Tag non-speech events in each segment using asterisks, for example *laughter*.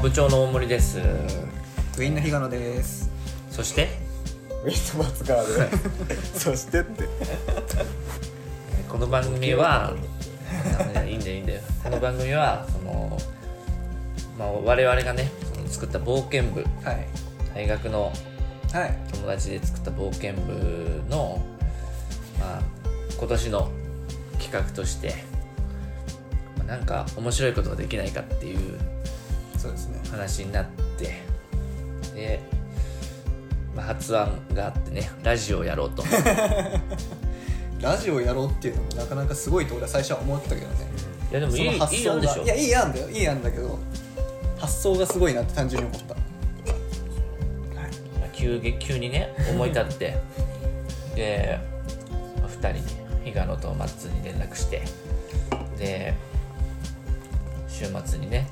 部長の大森です部員の日賀野ですそしてウィットマツカーで *laughs* そしてってこの番組はダメだいいんだよいいんだよこの番組はその、まあ、我々がねその作った冒険部はい大学のはい友達で作った冒険部の、まあ、今年の企画として、まあ、なんか面白いことができないかっていうそうですね話になってで、まあ、発案があってねラジオをやろうとラジオやろうっていうのもなかなかすごいと俺は最初は思ってたけどねいやでもいいいい案でしょいやいい案だよいい案だけど発想がすごいなって単純に思った急激急にね思い立ってでまあ2人に日賀野と松に連絡してで週末にね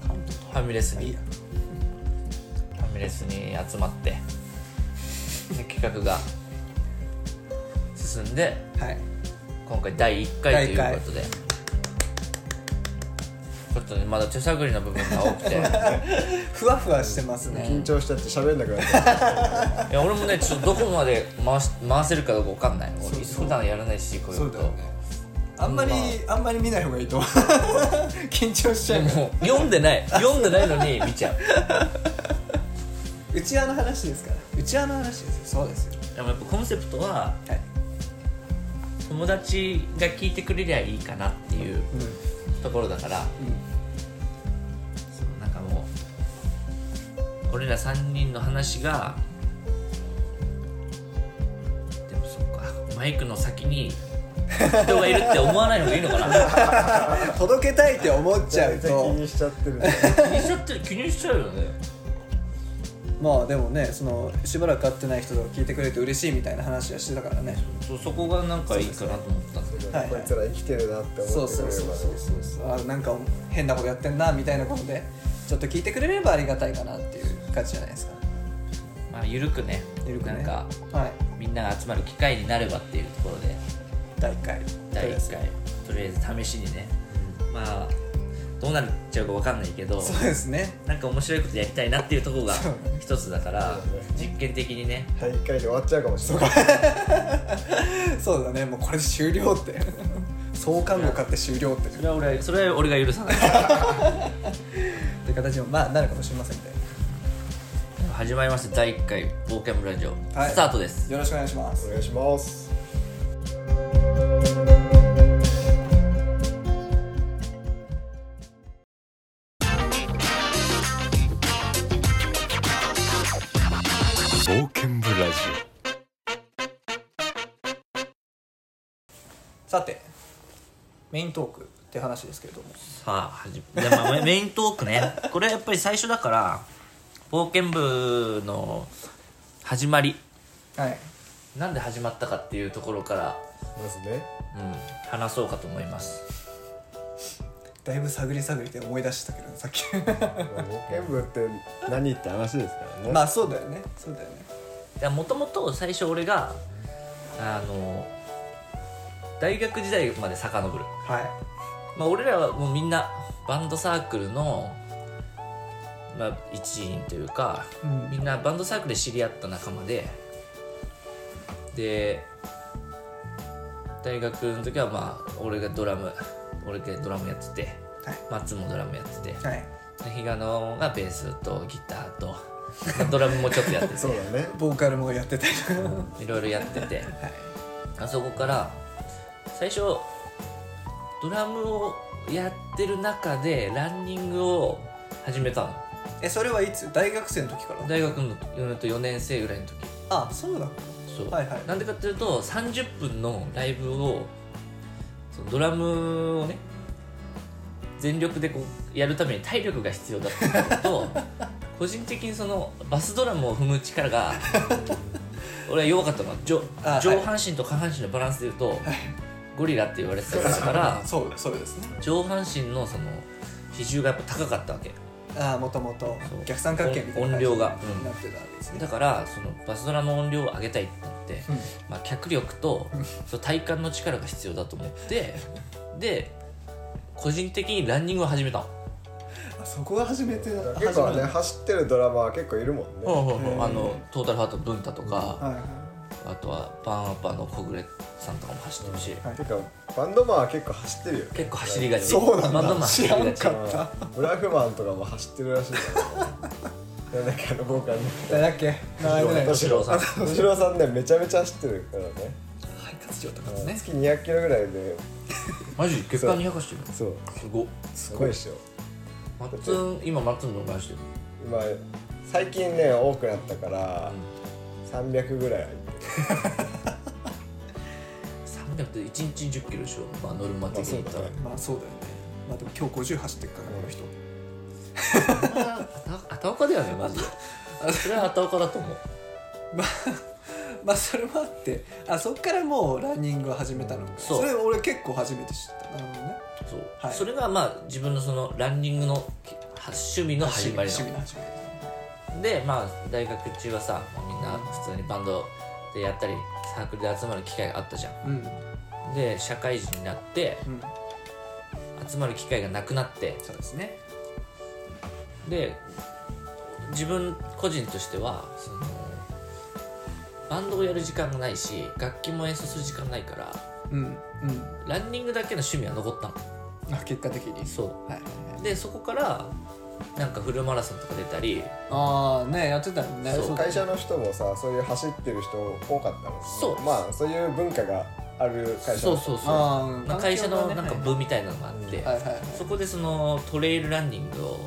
ファミレスいいにやファミレスに集まってで企画が進んではい今回第1回と第一いう回ことでちょっとねまだ手探りの部分が多くてい *laughs* ふわふわしてますね緊張しちゃって喋んなくなっちゃっや俺もねちょっとどこまで回し回せるかどうか分かんないそうそう普段やらないしこういうそこうとだよねあんまり、まあ、んまり見ない方がいいと *laughs* 思う緊張しちゃうからもう読んで *laughs* ない読んでないのに見ちゃううちわの話ですからうちわの話ですよそうですよでもやっぱコンセプトははい、友達が聞いてくれりゃいいかなっていううんところだからそのなんかもう俺ら3人の話がでもそっかマイクの先に人がいるって思わないのがいいのか *laughs* なうん、届けたいって思っちゃうて *laughs* 気とにしちゃってるね気にしちゃってる気にしちゃうよねまあでもねそのしばらく会ってない人とか聞いてくれて嬉しいみたいな話はしてたからねそうそこがなんかいいかなと思ったんですけどはいこいつら生きてるなってそう思っそてくれうれそうばそうそうそうあなんか変なことやってんなみたいなことでちょっと聞いてくれればありがたいかなっていう感じじゃないですかまあゆるくねゆるくねなんかはいみんなが集まる機会になればっていうところで第1回第1回とりあえず試しにね、まあどうなっちゃうか分かんないけどそうですねなんか面白いことやりたいなっていうところがそう一つだから実験的にね大会で終わっちゃうかもしれないそうだねもうこれで終了って *laughs* 創刊号買って終了ってっそれは俺それは俺が許さないて形にもまあなるかもしれませんので始まりました第1回冒険部ラジオ、はいスタートですよろしくお願いしますお願いします冒険部ラジさてメイントークって話ですけれどもさあ始め、でまあメメイントークねこれはやっぱり最初だから冒険部の始まりはいなんで始まったかっていうところから、まずねうん、話そうかと思いますだいぶ探り探りで思い出したけどさっき冒険部って何って話ですからね、 *laughs* まあそうだよねそうだよねもともと最初俺があの大学時代まで遡る、はまあ、俺らはもうみんなバンドサークルの、まあ、一員というか、うんみんなバンドサークルで知り合った仲間でで大学の時はまあ俺がドラム俺がドラムやってて、はい松もドラムやってていはでい比嘉野がベースとギターとまあドラムもちょっとやって *laughs* てそうだねボーカルもやってたりとかいろいろやってて、あそこから最初ドラムをやってる中でランニングを始めたのえそれはいつ大学生の時から大学のうんと4年生ぐらいの時あそうだそう、はいはいなんでかっていうと30分のライブをそのドラムをね全力でこうやるために体力が必要だった *laughs* のと個人的にそのバスドラムを踏む力が俺は弱かったの上あはい上半身と下半身のバランスでいうと、ゴリラって言われてたからそうそうですね上半身のその比重がやっぱ高かったわけああもともとそう逆三角形みたいな音量が感じになってたわけですねだからそのバスドラの音量を上げたいってなって、うんまあ、脚力とその体幹の力が必要だと思ってで個人的にランニングを始めたのそこが初めてだ結構ね初走ってるドラマー結構いるもんね、ほうほうほううんあのトータルハート文太とか、めてはいあとはバーンアッパーの小暮さんとかも走ってるし、はいてかバンドマンは結構走ってるよね結構走りがちそうなんバだンドマン走りがち知らんかったうんブラフマンとかも走ってるらしいからねなんだっけあのボーカル誰だっけ名前出ないど敏郎さんん敏郎さんねめちゃめちゃ走ってるからね肺活量とかうんね月200キロぐらいでマジ血管200走ってるそうすごっすごいっしょマッツン今マッツンどんぐらい走って今最近ね多くなったから、300ぐらいる300って1日10キロでしょ、まあ、ノルマ的に言ったら、まあそうだよねまあでも今日50走ってっからこの人あたあたおかだよねマジでそれはあたおかだと思うまあまあそれもあってあそっからもうランニングを始めたのそうれ俺結構初めて知ったなるほどねそう、はいそれがまあ自分のそのランニングのは趣味の始まり趣味なの始まりのでまあ大学中はさもうみんな普通にバンドでやったりサークルで集まる機会があったじゃうんんで社会人になってうん集まる機会がなくなってそうですねで自分個人としてはそのバンドをやる時間がないし楽器も演奏する時間ないからうんうんランニングだけの趣味は残ったのあ結果的にそはいはいはいうでそこからなんかフルマラソンとか出たりああねやってたもんねそうそう会社の人もさそういう走ってる人多かったもんねそうまあそういう文化がある会社そうそうそうあーうんまあ、会社の環境ながんねか部みたいなのがあって、はいはいはいそこでそのトレイルランニングを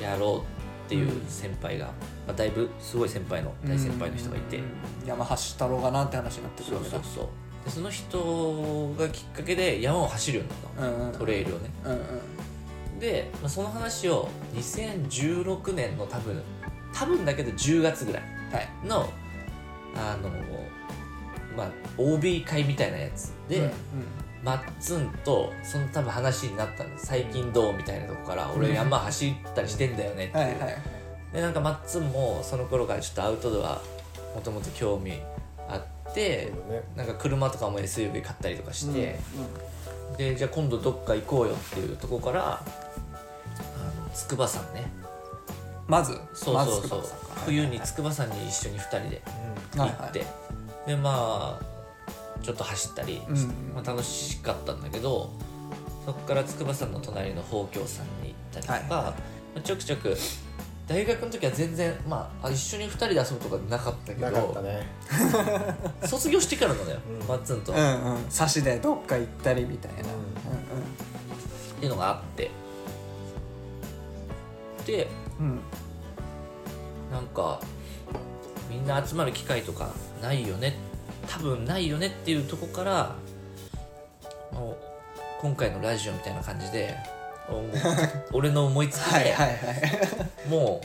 やろうっていう先輩が、まあ、だいぶすごい先輩の大先輩の人がいて、うん山走ったろうがなって話になってくそうるわけそだうそうでその人がきっかけで山を走るようになったの、うんうんトレイルをねうんうんで、まあ、その話を2016年の多分多分だけど10月ぐらいはいのあのまあ OB 会みたいなやつで、うんうんマッツンとその多分話になったんです最近どうみたいなとこから俺山走ったりしてんだよねっていう、はいはいでなんかマッツンもその頃からちょっとアウトドアもともと興味あってそうだねなんか車とかも SUV 買ったりとかして、うんうんでじゃあ今度どっか行こうよっていうとこからあの筑波山ねまずそうまそずうそう、筑波さんから冬に筑波山に一緒に2人で行はいって、はいでまあちょっと走ったり、うんまあ、楽しかったんだけどそこから筑波山の隣の宝鏡山に行ったりとか、まあちょくちょく大学の時は全然、まあ、あ一緒に2人で遊ぶとかなかったけなかっど、たね卒業してからなのよ、うんマッツンと、うっんうん差しでどっか行ったりみたいな、うんていうのがあってでうんうん、なんかみんな集まる機会とかないよね多分ないよねっていうとこからもう今回のラジオみたいな感じ *laughs* でお俺の思いつきはいではいはいも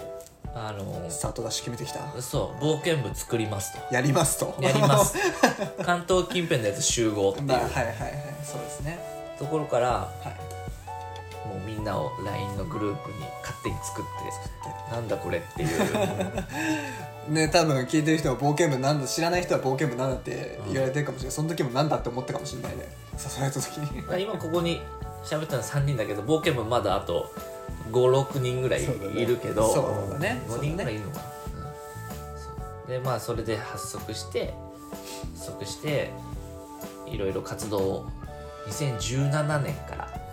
うあのスタートダッシュ決めてきたそう冒険部作りますとやりますとやります関東近辺のやつ集合っていう *laughs* まあはいはいはいそうですねところからはいもうみんなを LINE のグループに勝手に作ってなんだこれっていうね多分聞いてる人は冒険部なんだ知らない人は冒険部なんだって言われてるかもしれない、その時もなんだって思ったかもしれないね誘われた時に *laughs* まあ今ここに喋ったの3人だけど冒険部まだあと56人ぐらいそうだねいるけど、そうだね5人ぐらいいるのかな、うんそうでまあそれで発足して発足していろいろ活動を2017年から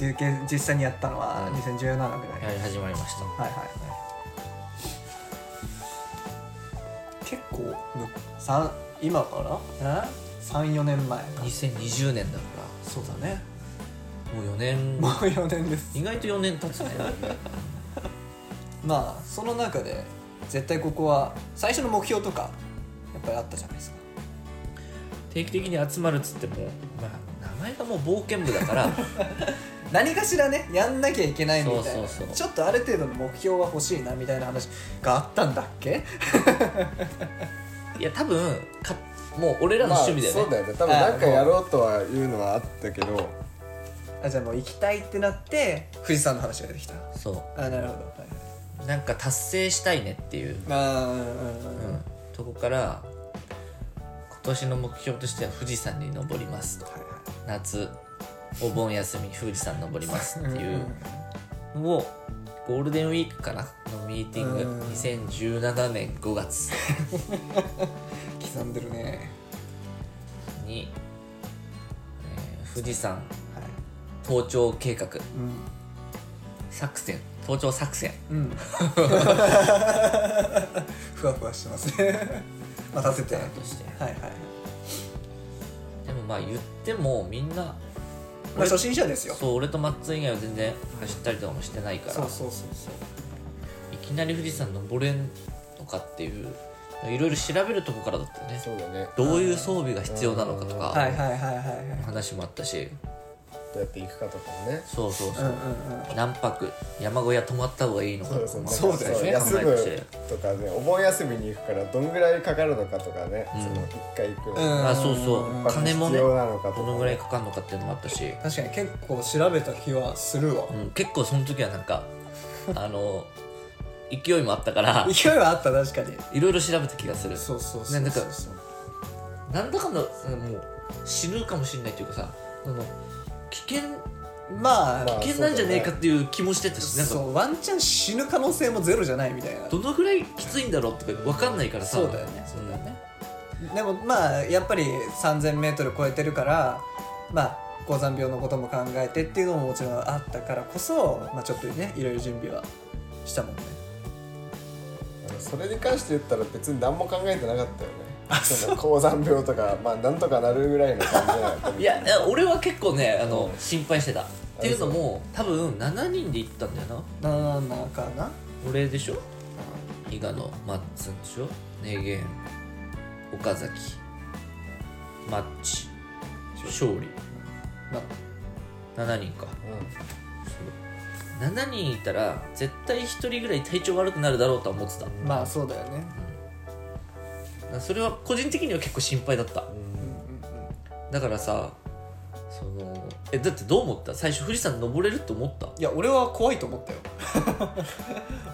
実験実際にやったのは2017ぐらい、はいやり始まりましたはい結構のさん今から34年前2020年だかそうだねらもう4年もう4年です意外と4年経つねまあその中で絶対ここは最初の目標とかやっぱりあったじゃないですか定期的に集まるっつってもまあ名前がもう冒険部だから何かしらねやんなきゃいけないみたいなそうそうそうちょっとある程度の目標は欲しいなみたいな話があったんだっけ *laughs* いや多分かもう俺らの趣味だよね、まあ、そうだよね多分なんかやろうとは言うのはあったけどあじゃあもう行きたいってなって富士山の話が出てきたそうあなるほど、はいなんか達成したいねっていう、あーうんうんうんはいとこから今年の目標としては富士山に登りますとは夏お盆休み富士山登りますっていいううんのをゴールデンウィークかなのミーティングうん2017年5月刻んでるねに、えー富士山はい登頂計画う作戦登頂作戦んうんふわふわしてますね *laughs* 待たせてちはゃいんとしてはいでもまあ言ってもみんなまあ初心者ですよそう俺とマッツン以外は全然走ったりとかもしてないからそうそうそうそういきなり富士山登れんのかっていういろいろ調べるとこからだったよねそうだねどういう装備が必要なのかとか、はいはいはいはいはい話もあったしどうやって行くかとかもねそうそううそんう、うんうん何泊山小屋泊まった方がいいのかとかもそうだよね休考むえたしとかねお盆休みに行くからどんぐらいかかるのかとかね、うんその1回行くのに、うんあそうそう一泊金も必ね要どなのかとかねのぐらいかかるのかっていうのもあったし、確かに結構調べた気はするわうん、結構その時はなんかあの勢いもあったから勢いはあった確かにいろいろ調べた気がするそうそうそうねだそかうらなんだかんだそのもう死ぬかもしれないっていうかさその危険まあ、まあ危険なんじゃねえかっていう気もしてたし、なんそかうワンチャン死ぬ可能性もゼロじゃないみたいなどのぐらいきついんだろうとか分かんないからさそうだよねそうだよねでもまあやっぱり 3000m 超えてるからまあ高山病のことも考えてっていうのももちろんあったからこそ、まあ、ちょっとねいろいろ準備はしたもんねそれに関して言ったら別に何も考えてなかったよねその高山病とかまあなんとかなるぐらいの感じだよねいやいや俺は結構ねあの、うん心配してたっていうのも多分7人で行ったんだよなななかな俺でしょ伊賀のマッツンでしょネゲン岡崎マッチ勝利まあ7人か7人いたら絶対1人ぐらい体調悪くなるだろうとは思ってただかまあそうだよね、らそれは個人的には結構心配だったうんうんうん、だからさそのえだってどう思った最初富士山登れると思ったいや俺は怖いと思っ *laughs* たよ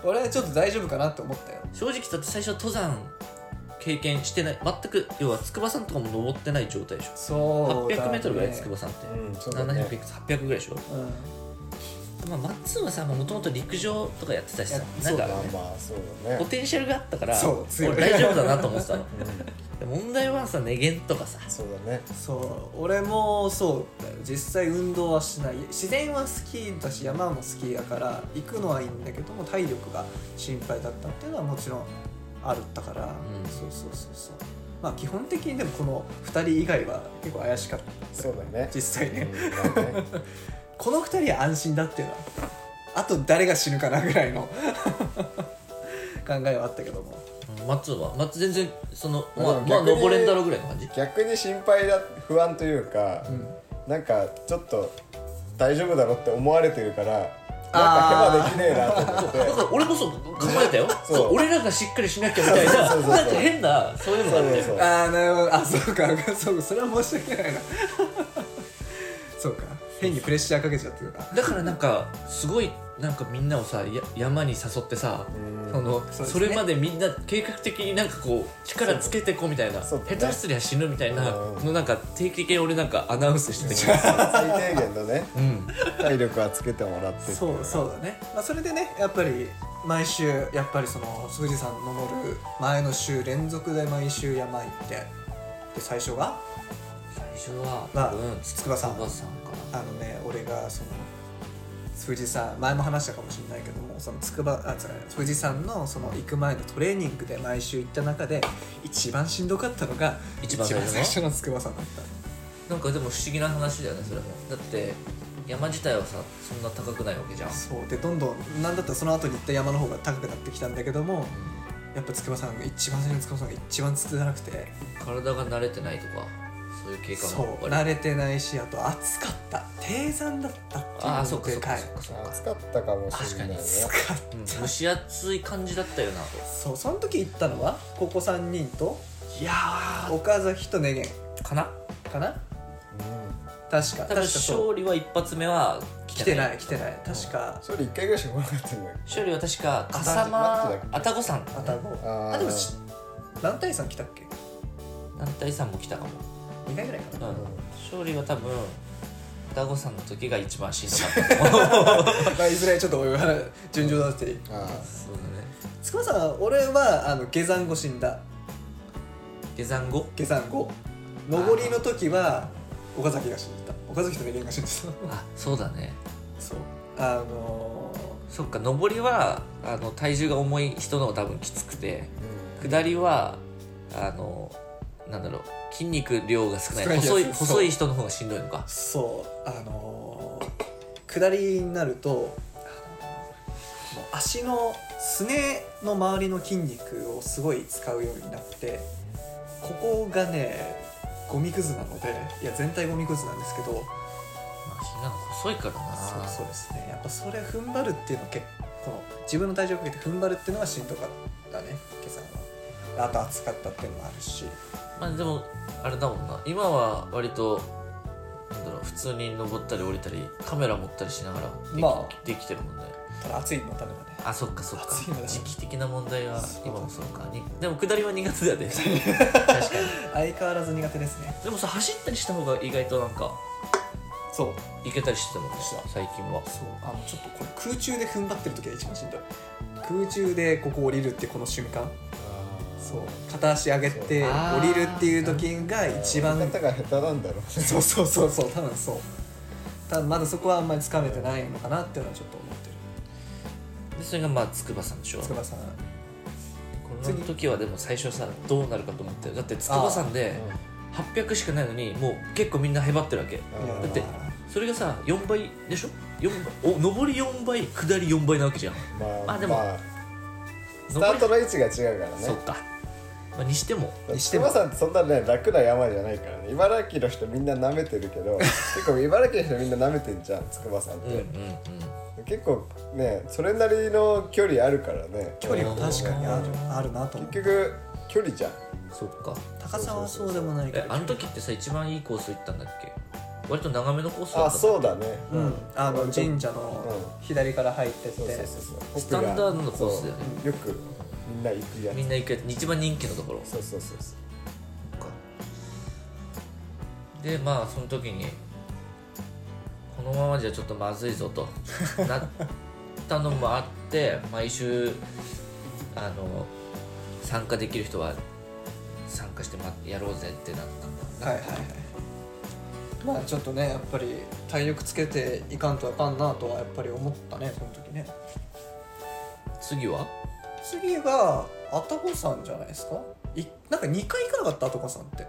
俺はちょっと大丈夫かなって思ったよ正直だって最初は登山経験してない全く要は筑波山とかも登ってない状態でしょそうだ、ね、 800m ぐらい筑波山って、うん、うん、そうだね700800ぐらいでしょ、うんまあ、マッツンはさもともと陸上とかやってたしさいやなんそかうだまあまあそうだポねテンシャルがあったからそう強い俺大丈夫だなと思ってたので問題はさネゲンとかさそうだねそう俺もそうだよ実際運動はしない自然は好きだし山も好きだから行くのはいいんだけども体力が心配だったっていうのはもちろんあるったから、うんそうそうそうそうまあ基本的にでもこの2人以外は結構怪しかったそうだね実際ね、うんまあねこの2人は安心だっていうのはあと誰が死ぬかなぐらいの *laughs* 考えはあったけどもうんマッツンはマッツン全然そのままあ、あでもまあ、逆に登れんだろうぐらいの感じ逆に心配だ不安というか、なんかちょっと大丈夫だろって思われてるからなんかヘマできねえなと思ってだから俺こそ考えたよそうそう俺らがしっかりしなきゃみたいなそうそうそうそうなんか変なそういうのがあってそうそうああなるほどあそうかそうかそれは申し訳ないな *laughs* そうか変にプレッシャーかけちゃってるかだからなんかすごいなんかみんなをさや山に誘ってさうんそのそうですねそれまでみんな計画的になんかこう力つけてこうみたいな、そう下手すりゃ死ぬみたいなうんのなんか定期的に俺なんかアナウンスしてて、最低限のねうん、体力はつけてもらってっていそうそうだね、まあ、それでねやっぱり毎週やっぱりその富士山登る前の週連続で毎週山行ってで最初が最初はまあ多分筑波山筑波山かあのね俺がその富士山前も話したかもしれないけどもその筑波あ違う富士山のその行く前のトレーニングで毎週行った中で一番しんどかったのが一番最初の最初の筑波山だっななんかでも不思議な話だよねそれもだって山自体はさそんな高くないわけじゃんたそうでどんどんなんだったらその後に行った山の方が高くなってきたんだけどもやっぱ筑波山が一番最初の筑波山が一番つらくて体が慣れてないとかそういう経過そもうやっ慣ぱりれてないしあと暑かった低山だったっていうのがああそっかそっかでいそっかそっか暑かったかもしれないね暑かっうんた、蒸し暑い感じだったよなそうその時行ったのはここ3人といや岡崎とネゲンかなかなうん確か多分確かそう勝利は一発目は来てない来てない確か勝利一回ぐらいしか来なかったんだよ勝利は確か笠笠間間あたごさんあたごあーあでもし何対3来たっけ団体さんも来たかも、 2回ぐらいかう、なん勝利は多分ダゴさんの時が一番しんどかった *laughs* *laughs* まあ、いずれちょっとお湯が順調だってそあうだねつくばさん俺はあの下山後死んだ下山後下山後上りの時は岡崎が死んでた岡崎とメレンが死んでたあそうだねそうあのそっか上りはあの体重が重い人の方が多分きつくて下りはあのなんだろう筋肉量が少ない少ないやつ細いそう細い人の方がしんどいのかーそうあのー下りになるとあのもう足のすねの周りの筋肉をすごい使うようになってここがねゴミくずなのでいや全体ゴミくずなんですけどまあ、ひな細いからなそうそうですねやっぱそれ踏ん張るっていうの結この自分の体重をかけて踏ん張るっていうのがしんどかったね今朝はあと暑かったっていうのもあるしまあでもあれだもんな今は割となんだろう普通に登ったり降りたりカメラ持ったりしながらでき,、まできてるもんねただ暑いのためだねあそっかそっか暑いのだね時期的な問題はそうだ今もそうかにでも下りは苦手だよね確かに相変わらず苦手ですねでもさ走ったりした方が意外となんかそういけたりしてたもんねした最近はそうあのちょっとこれ空中で踏ん張ってる時が一番しんどい空中でここ降りるってこの瞬間そう片足上げてそうあ降ーりるっていう時が一番方が下手なんだろうねそうそうそうそう多分そう多分まだそこはあんまりつかめてないのかなっていうのはちょっと思ってるでそれがまあ筑波山でしょ筑波さんこの時はでも最初さどうなるかと思ってだって筑波山で800しかないのにもう結構みんなへばってるわけうんだってそれがさ4倍でしょ4倍お上り4倍下り4倍なわけじゃんままああででももスタートの位置が違うからそねうか、まあ、にしてもにしてもさんってそんなね楽な山じゃないからね茨城の人みんな舐めてる *laughs* けど結構茨城の人みんな舐めてんじゃん筑波山っうんうんうんて、結構ねそれなりの距離あるからね距離は確かにあるうあるなと思結う局距離じゃんそっか高さはそうでもないけえどあの時ってさ一番いいコース行ったんだっけ割と長めのコースだったあそうだねうんあの神社うの左から入ってってそうそうそうそうスタンダードのコースだよねそうよくみんな行くやつみんな行くやつ一番人気のところそうそうそうそうかでまあその時にこのままじゃちょっとまずいぞとなったのもあって毎週あの参加できる人は参加してまやろうぜってなったんだはいはいはいまあちょっとねやっぱり体力つけていかんとあかんなとはやっぱり思ったねその時ね次は次があたこさんじゃないですかいなんか2回行かなかったあたこさんって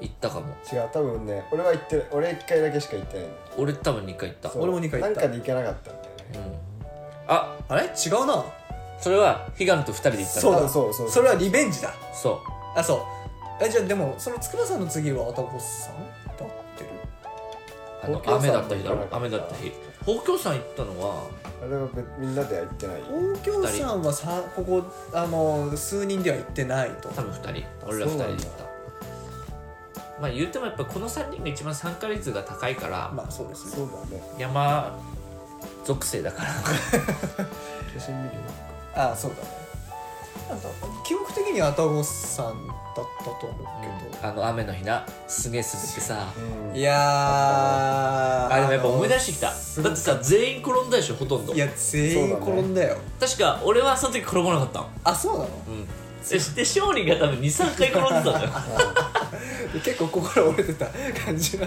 行ったかも違う多分ね俺は行ってる俺一回だけしか行ってないんだ俺多分2回行ったそう俺も二回行ったなんかで行けなかったんだようねんああれ違うなそれは悲願と2人で行ったんそうだだあそうそうそれはリベンジだそあそうえじゃあでもその筑波さんの次はあたこさんだってるうあの宝鏡雨山だった日だもろ行かな雨だかっったた日宝鏡山行ったのはあれは別みんなでは行ってない東京さんはさここあの数人では行ってないと多分2人俺ら2人で行ったまあ言うてもやっぱこの3人が一番参加率が高いから、まあそうですねそうだね山属性だから写真見るよあそうだねなんか記憶的にはタゴさんだったと思うけど、あの雨の日なすげえ涼しくてさうんいやーああでもやっぱ思い出してきたすだってさ全員転んだでしょほとんどいや全員転んだよ確か俺はその時転ばなかったのあそうなのうんそして勝利が多分23回転んでたんだよ結構心折れてた感じが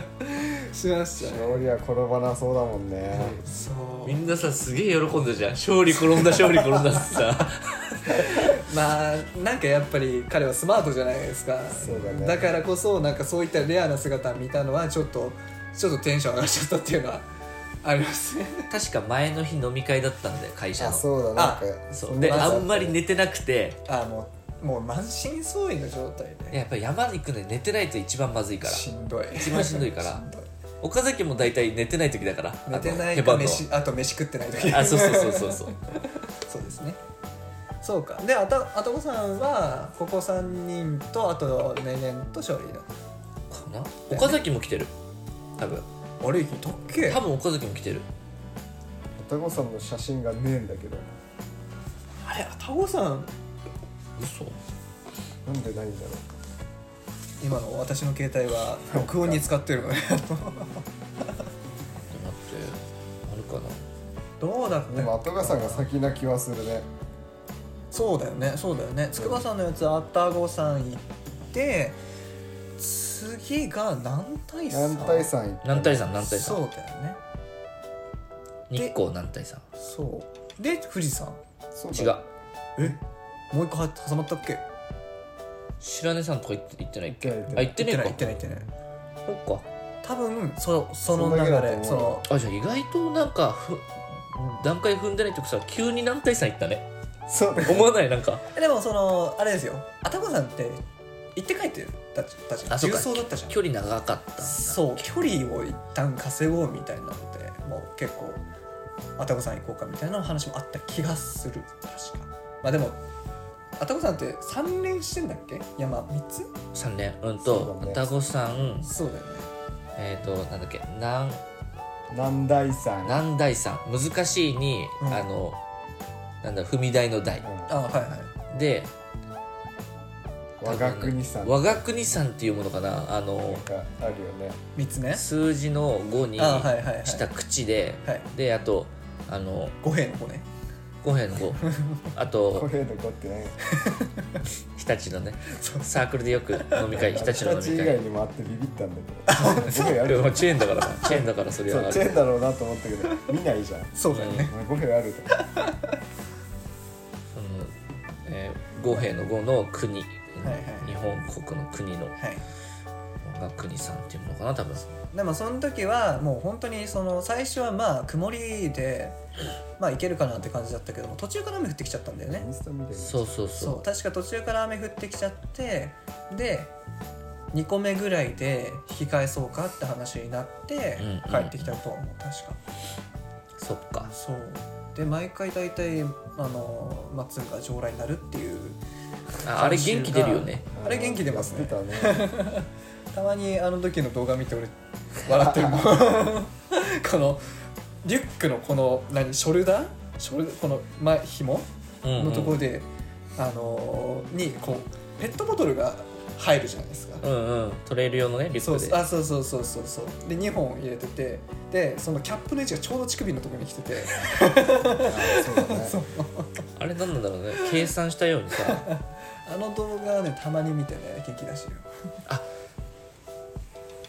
しましたね勝利は転ばなそうだもんねそみんなさすげえ喜んだじゃん勝利転んだ勝利転んだってさうまあなんかやっぱり彼はスマートじゃないですかそうだねからこそなんかそういったレアな姿見たのはちょっとちょっとテンション上がっちゃったっていうのはありますね確か前の日飲み会だったんだよ会社あのそうだなんかそそうんなで感じだあったんまり寝てなくてあもうもう満身創痍の状態でやっぱり山に行くのに寝てないと一番まずいからしんどい一番しんどいからしんどい岡崎も大体寝てない時だから寝てなあのいヘかバの飯あと飯食ってない時あそうそうそうそうそうそうですねそうかであたあたこさんはここ3人とあとねねんと勝利だかな岡崎も来てる多分あれいたっけ多分岡崎も来てるタコさんの写真がねえんだけどあれあたこさん嘘なんでないんだろ今の私の携帯は録音に使ってるのねかなどうだろうでねも後がさんが先な気はするねそうだよねそうだよね筑波山のやつあったごさん行って次が南大山南大山行った南大山南大そう山だよね日光南大山そうで富士山そうだ違うえもう一個は挟まったっけ白根山とか行って行ってないっけ行ってあない行っ行行てっねてないえ行かってない行ってないそっか多分そその流そんだけだとれ思うそのあじゃあ意外となんかふ段階踏んでない時さ急に南大山行ったねそうだ思わないなんかでもそのあれですよあたこさんって行って帰ってたじたじゃんあそう重か曹だったじゃん距離長かったんだそう距離を一旦稼ごうみたいなのでもう結構あたこさん行こうかみたいな話もあった気がする確かまあでもあたこさんって3連してんだっけ山3つ3年うんそとうだねタコさんそうだよねえっ、ー、となんだっけ南南大山南大山難しいに、うんあのなんだ踏み台の台うんあはいはいで和楽国山和楽国山っていうものかなあなんのかあるよね3つね数字の5にあはいはいはいした口で、はいであとあの五平の子ね五辺の5あ小と平の子ってね日立のねそうサークルでよく飲み会日立の飲日立以み会外にもあってビビったんだけどすごいあでるもチェーンだからさチェーンだからそれそはうあチェーるンだろうなと思ったけど見ないじゃんそうだよね小平あるとその、えー、五兵の五の国、はいはい日本国の国のはい和楽国さんっていうものかな多分でもその時はもう本当にその最初はまあ曇りでまあいけるかなって感じだったけども途中から雨降ってきちゃったんだよイねンスタ見てるそうそうそうそう確か途中から雨降ってきちゃってで2個目ぐらいで引き返そうかって話になってうんうん帰ってきたとは思う確かそっかそうで毎回大体あのマッツンが上来になるっていうああれ元気出るよねあれ元気出ますねやってたねたまにあの時の動画見て俺笑ってる *laughs* もんこのリュックのこの何ショルダーショルこの前紐うんのところで、あのーにこうペットボトルが入るじゃないですか、うんうんトレイル用のねリュッそうクでそうあそうそうそうそうそうで2本入れててでそのキャップの位置がちょうど乳首のところに来てて *laughs* あそうだねあれなんなんだろうね計算したように *laughs* さあの動画はねたまに見てね元気出してるよ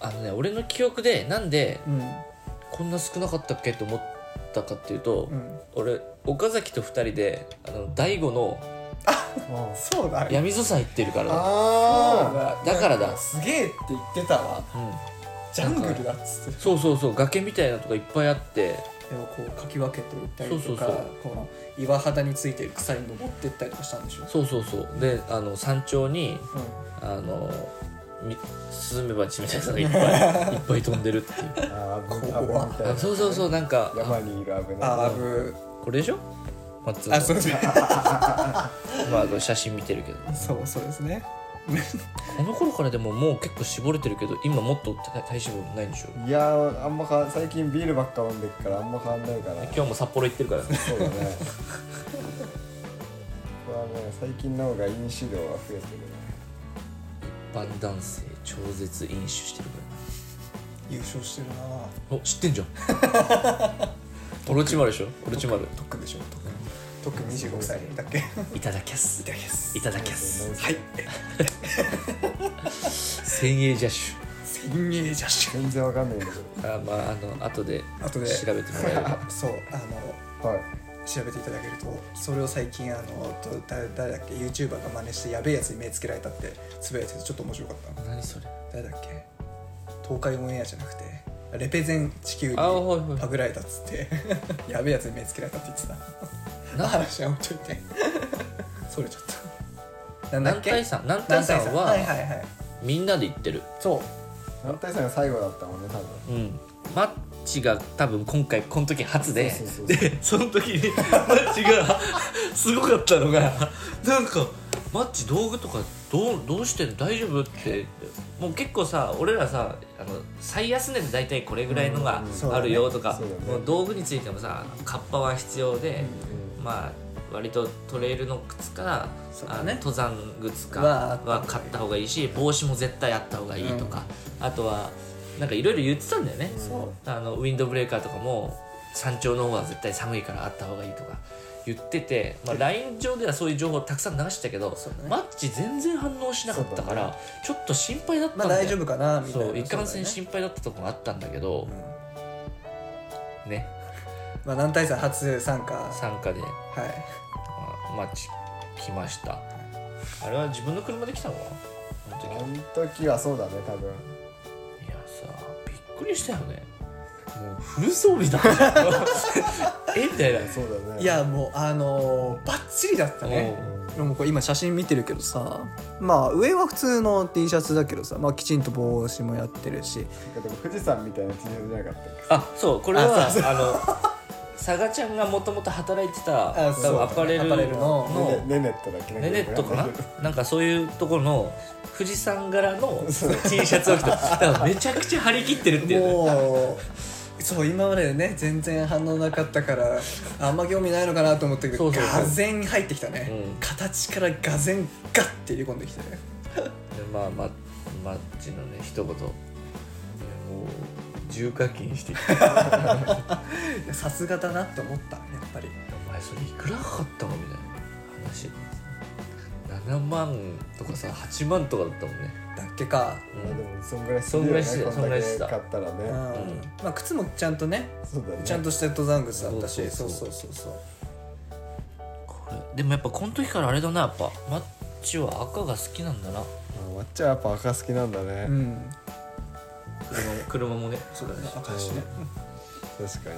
あのね俺の記憶でなんでうんこんな少なかったっけと思ったかっていうと、うん俺岡崎と2人であの大悟のうんそうだ闇ぞさ行ってるからだそうあだだからだなんすげえって言ってたわうん、ジャングルだっつってそうそうそう崖みたいなとかいっぱいあって絵をこうかき分けていったりとかそうそうこの岩肌についてる草に登っていったりとかしたんでしょ、そうそうそうであの山頂にうん、あのみスズメバチみたいなのがいっ *laughs* ぱいいっぱい飛んでるっていうーあーここは危ないあそうそうそうなんか山にいる危ないああぶこれでしょマッツンの *laughs* あそうですねまあこれ写真見てるけどそうそうですねこの頃からでももう結構絞れてるけど今もっと体体脂肪ないんでしょいやーあんまか最近ビールばっか飲んでっからあんま変わんないから今日も札幌行ってるからねそうだねこれはね最近の方が飲酒量は増えてるね一般男性超絶飲酒してるか優勝してるなぁらなお知ってんじゃん *laughs* オロチマルでしょオロチマル特でしょ特特25歳だっけいいただきゃすただきますいただきゃすはい千栄ジャッシ千鋭じゃし全然わかんないんだけュあまああの後で後で調べてもらえ *laughs* ればそうあのどはい調べていただけるとそれを最近あのと誰誰だっけ YouTuber が真似してやべえやつに目つけられたってつぶやいててちょっと面白かった何それ誰だっけ東海オンエアじゃなくてレペゼン地球にあはいはいパグられたっつって *laughs* やべえやつに目つけられたって言ってたなあ話は置いといてそれちょっとなんだ南っけ大山南大南大山山ははいはいはいみんなで行ってるそう南大さんが最後だったもんね多分うんマッチが多分今回この時初でそうそうそうそうでその時にマッチがすごかったのがなんかマッチ道具とかどうどうしてんの大丈夫ってもう結構さ俺らさあの最安値で大体これぐらいのがうんそうだあねるよとか、そうだねもう道具についてもさカッパは必要で、まあ割とトレイルの靴か、そうあだのね登山靴かはは買った方がいいし帽子も絶対あった方がいいとか、あとはなんかいろいろ言ってたんだよねそうあのウィンドブレーカーとかも山頂の方は絶対寒いからあった方がいいとか言ってて、まあ、LINE 上ではそういう情報たくさん流してたけど、そうだねマッチ全然反応しなかったから、ちょっと心配だったんまだあよ、大丈夫かなみたいなそう一貫性そう心配だったとこがあったんだけどだよねねうんまあ団体さん初参加は参加で、まいあ、マッチ来ましたあれは自分の車で来たのかなあの時あの時はそうだね多分いやさびっくりしたよねもうフル装備だったよえみたいなそうだねいやもうあのー、バッチリだったねでもこれ今写真見てるけどさまあ上は普通の T シャツだけどさ、まあ、きちんと帽子もやってるしなんかでも富士山みたいな T シャツじゃなかったっけあそうこれはああの佐賀ちゃんがもともと働いてたあそう多分アパレルアパレルののネネネットだっけネネット *laughs* かなねなんかそういうところの富士山柄の T シャツを着ただからめちゃくちゃ張り切ってるっていうねもうそう今までね全然反応なかったからあんま興味ないのかなと思ったけそどうそうそうがぜん入ってきたね、うん形からがぜんガッて入れ込んできたねでまあまマッチのね一言いやもう重課金してきたいやさすがだなと思ったやっぱりお前それいくらかかったのみたいな話7万とかさ8万とかだったもんね、だっけか、まあでもそんぐらいそんぐらいしてたそこんだけんぐらいしてた買ったらうんねまあ靴もちゃんとねそうだねちゃんとした登山靴だったしそそううそそううそうそうこれでもやっぱこの時からあれだなやっぱマッチは赤が好きなんだなあわっちゃんやっぱ赤好きなんだねうん車も車もねそうだね赤石ね確かに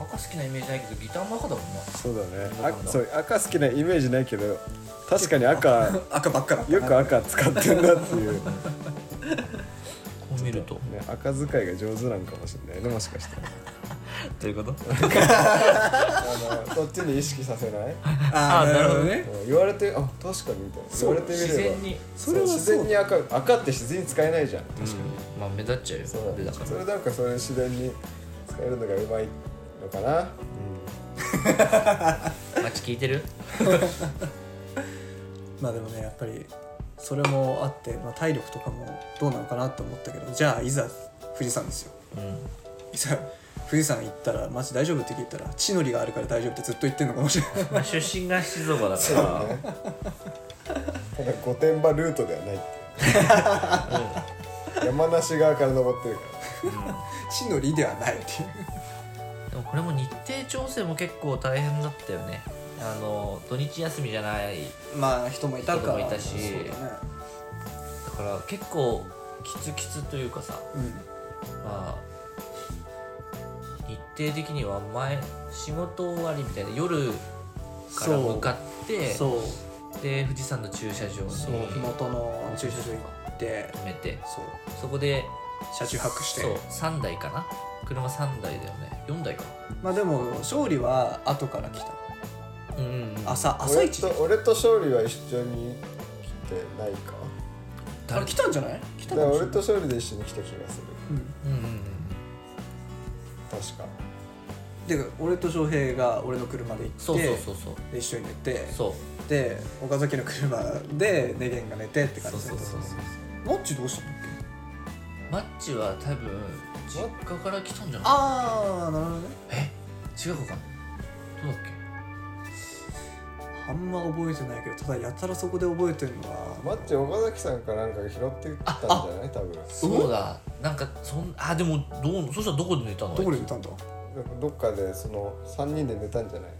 赤好きなイメージないけどギターも赤だもんなそうだねそうなんあだそう赤好きなイメージないけど確か *laughs* に赤赤ばっかだったよく赤使ってんだっていう、ね、こう見ると赤使いが上手なんかもしれないねもしか *laughs* したらということあのそっちに意識させないあああーななるるほほどどねうん言われてあ確かにみたいな言われてみれば自然にそれはそう自然に赤赤って自然に使えないじゃん確かに、まあ目立っちゃうよそうだでねだかそられなんかそれ自然に使えるのがうまいのかな、マッチ聞いてるまあでもねやっぱりそれもあって、まあ、体力とかもどうなのかなと思ったけどじゃあいざ富士山ですようんいざ富士山行ったらマジ大丈夫って聞いたら地の利があるから大丈夫ってずっと言ってんのかもしれ *laughs* ないまあ出身が静岡だからただ御殿場ルートではないっていう山梨側から登ってるか地の利ではないっていうでもこれも日程調整も結構大変だったよねあの土日休みじゃないまあ人もいたから人もいたしそうだねだから結構キツキツというかさうんまあ日程的には前仕事終わりみたいな夜からそう向かってそうで富士山の駐車場にそう麓の駐車場行って止めてそうそこで車中泊してそう3台かな車3台だよね4台かまあでも勝利は後から来たなうんうんうん朝ら朝一俺と俺と勝利は一緒に来てないかあ誰来たんじゃない来ただかかもしら俺れとない勝利で一緒に来た気がするううんんうんうん確かで俺と翔平が俺の車で行ってそうそうそうそうで一緒に寝てそうで岡崎の車でネゲンが寝てってそ感うじそうそうそうそうマッチどうしたんだっけマッチは多分実家から来たんじゃないああなるほどねえ違うかなどうだっけあんま覚えてないけどただやたらそこで覚えてるのはマッチ岡崎さんかなんか拾ってたんじゃない多分そうだ、なんかそんあでもどうそしたらどこで寝たのどこで寝たんだどっかでその3人で寝たんじゃない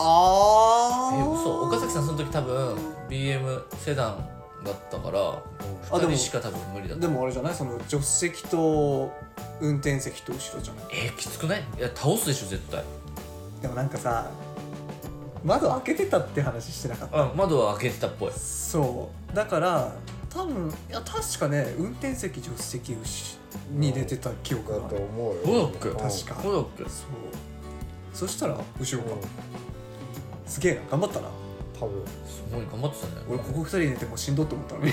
あえ嘘岡崎さんその時多分 BM セダンだったからあでも2人しか多分無理だっでたもあれじゃないその助手席と運転席と後ろじゃないえきつくないいや倒すでしょ絶対でもなんかさ窓開けてたって話してなかったあ窓は開けてたっぽいそうだから多分いや確かね運転席助手席後に出てた記憶だがあとる思うよそうだっけうん確かそうだっけそうそしたら後ろうがんすげえな頑張ったな多分すごい頑張ってたね俺ここ2人で寝てもうしんどって思ったの *laughs* に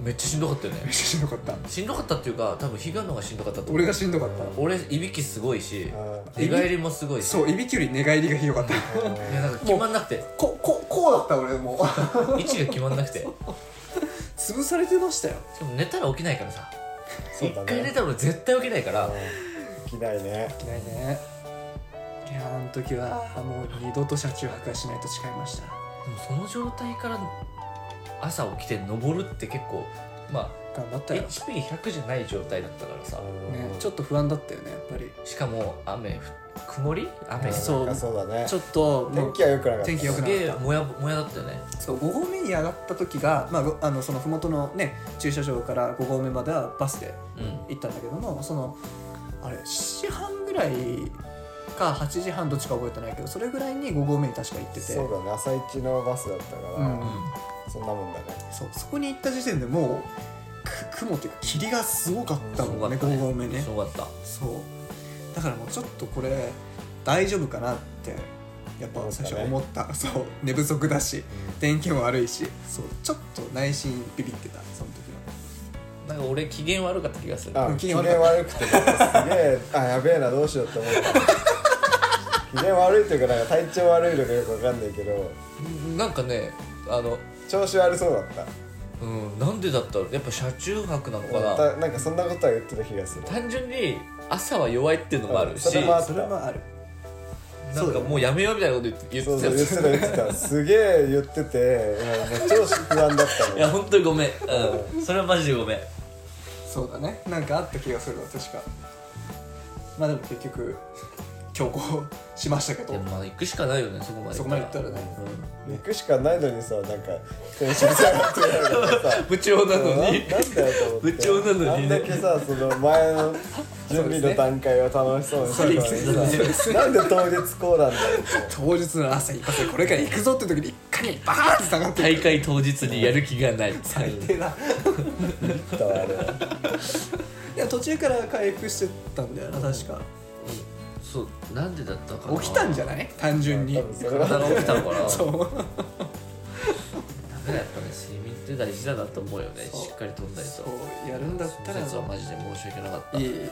めっちゃしんどかったよめっちゃねしんどかったしんどかったっていうか多分日がのがしんどかったと思う俺がしんどかった俺いびきすごいしあ寝返りもすごいしそういびきより寝返りがひどかったいやなんか決まんなくてこここうだった俺もう位置が決まんなくて潰されてましたよしかも寝たら起きないからさそう一だね回寝たら俺絶対起きないからきないねいないねいやあの時はもう二度と車中泊はしないと誓いましたでもその状態から朝起きて登るって結構まあ頑張ったよ、 HP100 じゃない状態だったからさね、ちょっと不安だったよねやっぱりしかも雨ふ曇り雨すそそうそうだねちょっとも天う気は良くなかった天気良くなげえもやもやだったよねそう5合目に上がった時が、まあご、あのその麓のね駐車場から5合目まではバスでうん行ったんだけどもそのあれ7時半ぐらいか8時半どっちか覚えてないけどそれぐらいに5合目に確か行っててそうだね朝一のバスだったから、うんうそんなもんだねそうそこに行った時点でもうく雲というか霧がすごかったもんすごかねったね5合目んねすごかったそうだからもうちょっとこれ大丈夫かなってやっぱ最初は思った、そう寝不足だし天気も悪いしそうちょっと内心ビビってたその時はなんか俺機嫌悪かった気がするあうん機機嫌嫌悪くてなんかすげえあやべえなどうしようって思った *laughs* 機嫌悪いというかなんか体調悪いのかよくわかんないけどなんかねあの調子悪そうだったうんなんでだったろうやっぱ車中泊なのかまなたなんかそんなことは言ってた気がす *laughs* る単純に朝は弱いっていうのもあるしそれもあなっそれはあるんかもうやめようみたいなこと言って言っそうてそうた言よってた言ってたすげえ言っててうんもう超不安だったの *laughs* *laughs* いや本当にごめん、うん、それはマジでごめんそうだねなんかあった気がするわ確かまあでも結局強行しましたけでどもまあ行くしかないよねそこまでそこまで行ったらね行くしかないのにさなんか天使さんって言われてさ *laughs* 部長なのになんだよと思って部長なのにねあんだけさその前の準備の段階を楽しそうにしてたのそうにでさなんで当日こうなんだよって当日の朝一発でこれから行くぞって時に一回にバーンって下がって大会当日にやる気がない最低だ言ったわあれはいや途中から回復してったんだよな確かそうなんでだったかな起きたんじゃないない単純に多分それは体が起きたのかなそうダメだやっぱね睡眠って大事だなと思うよねそうしっかりとんだりとそうやるんだったらその説はマジで申し訳なかったいい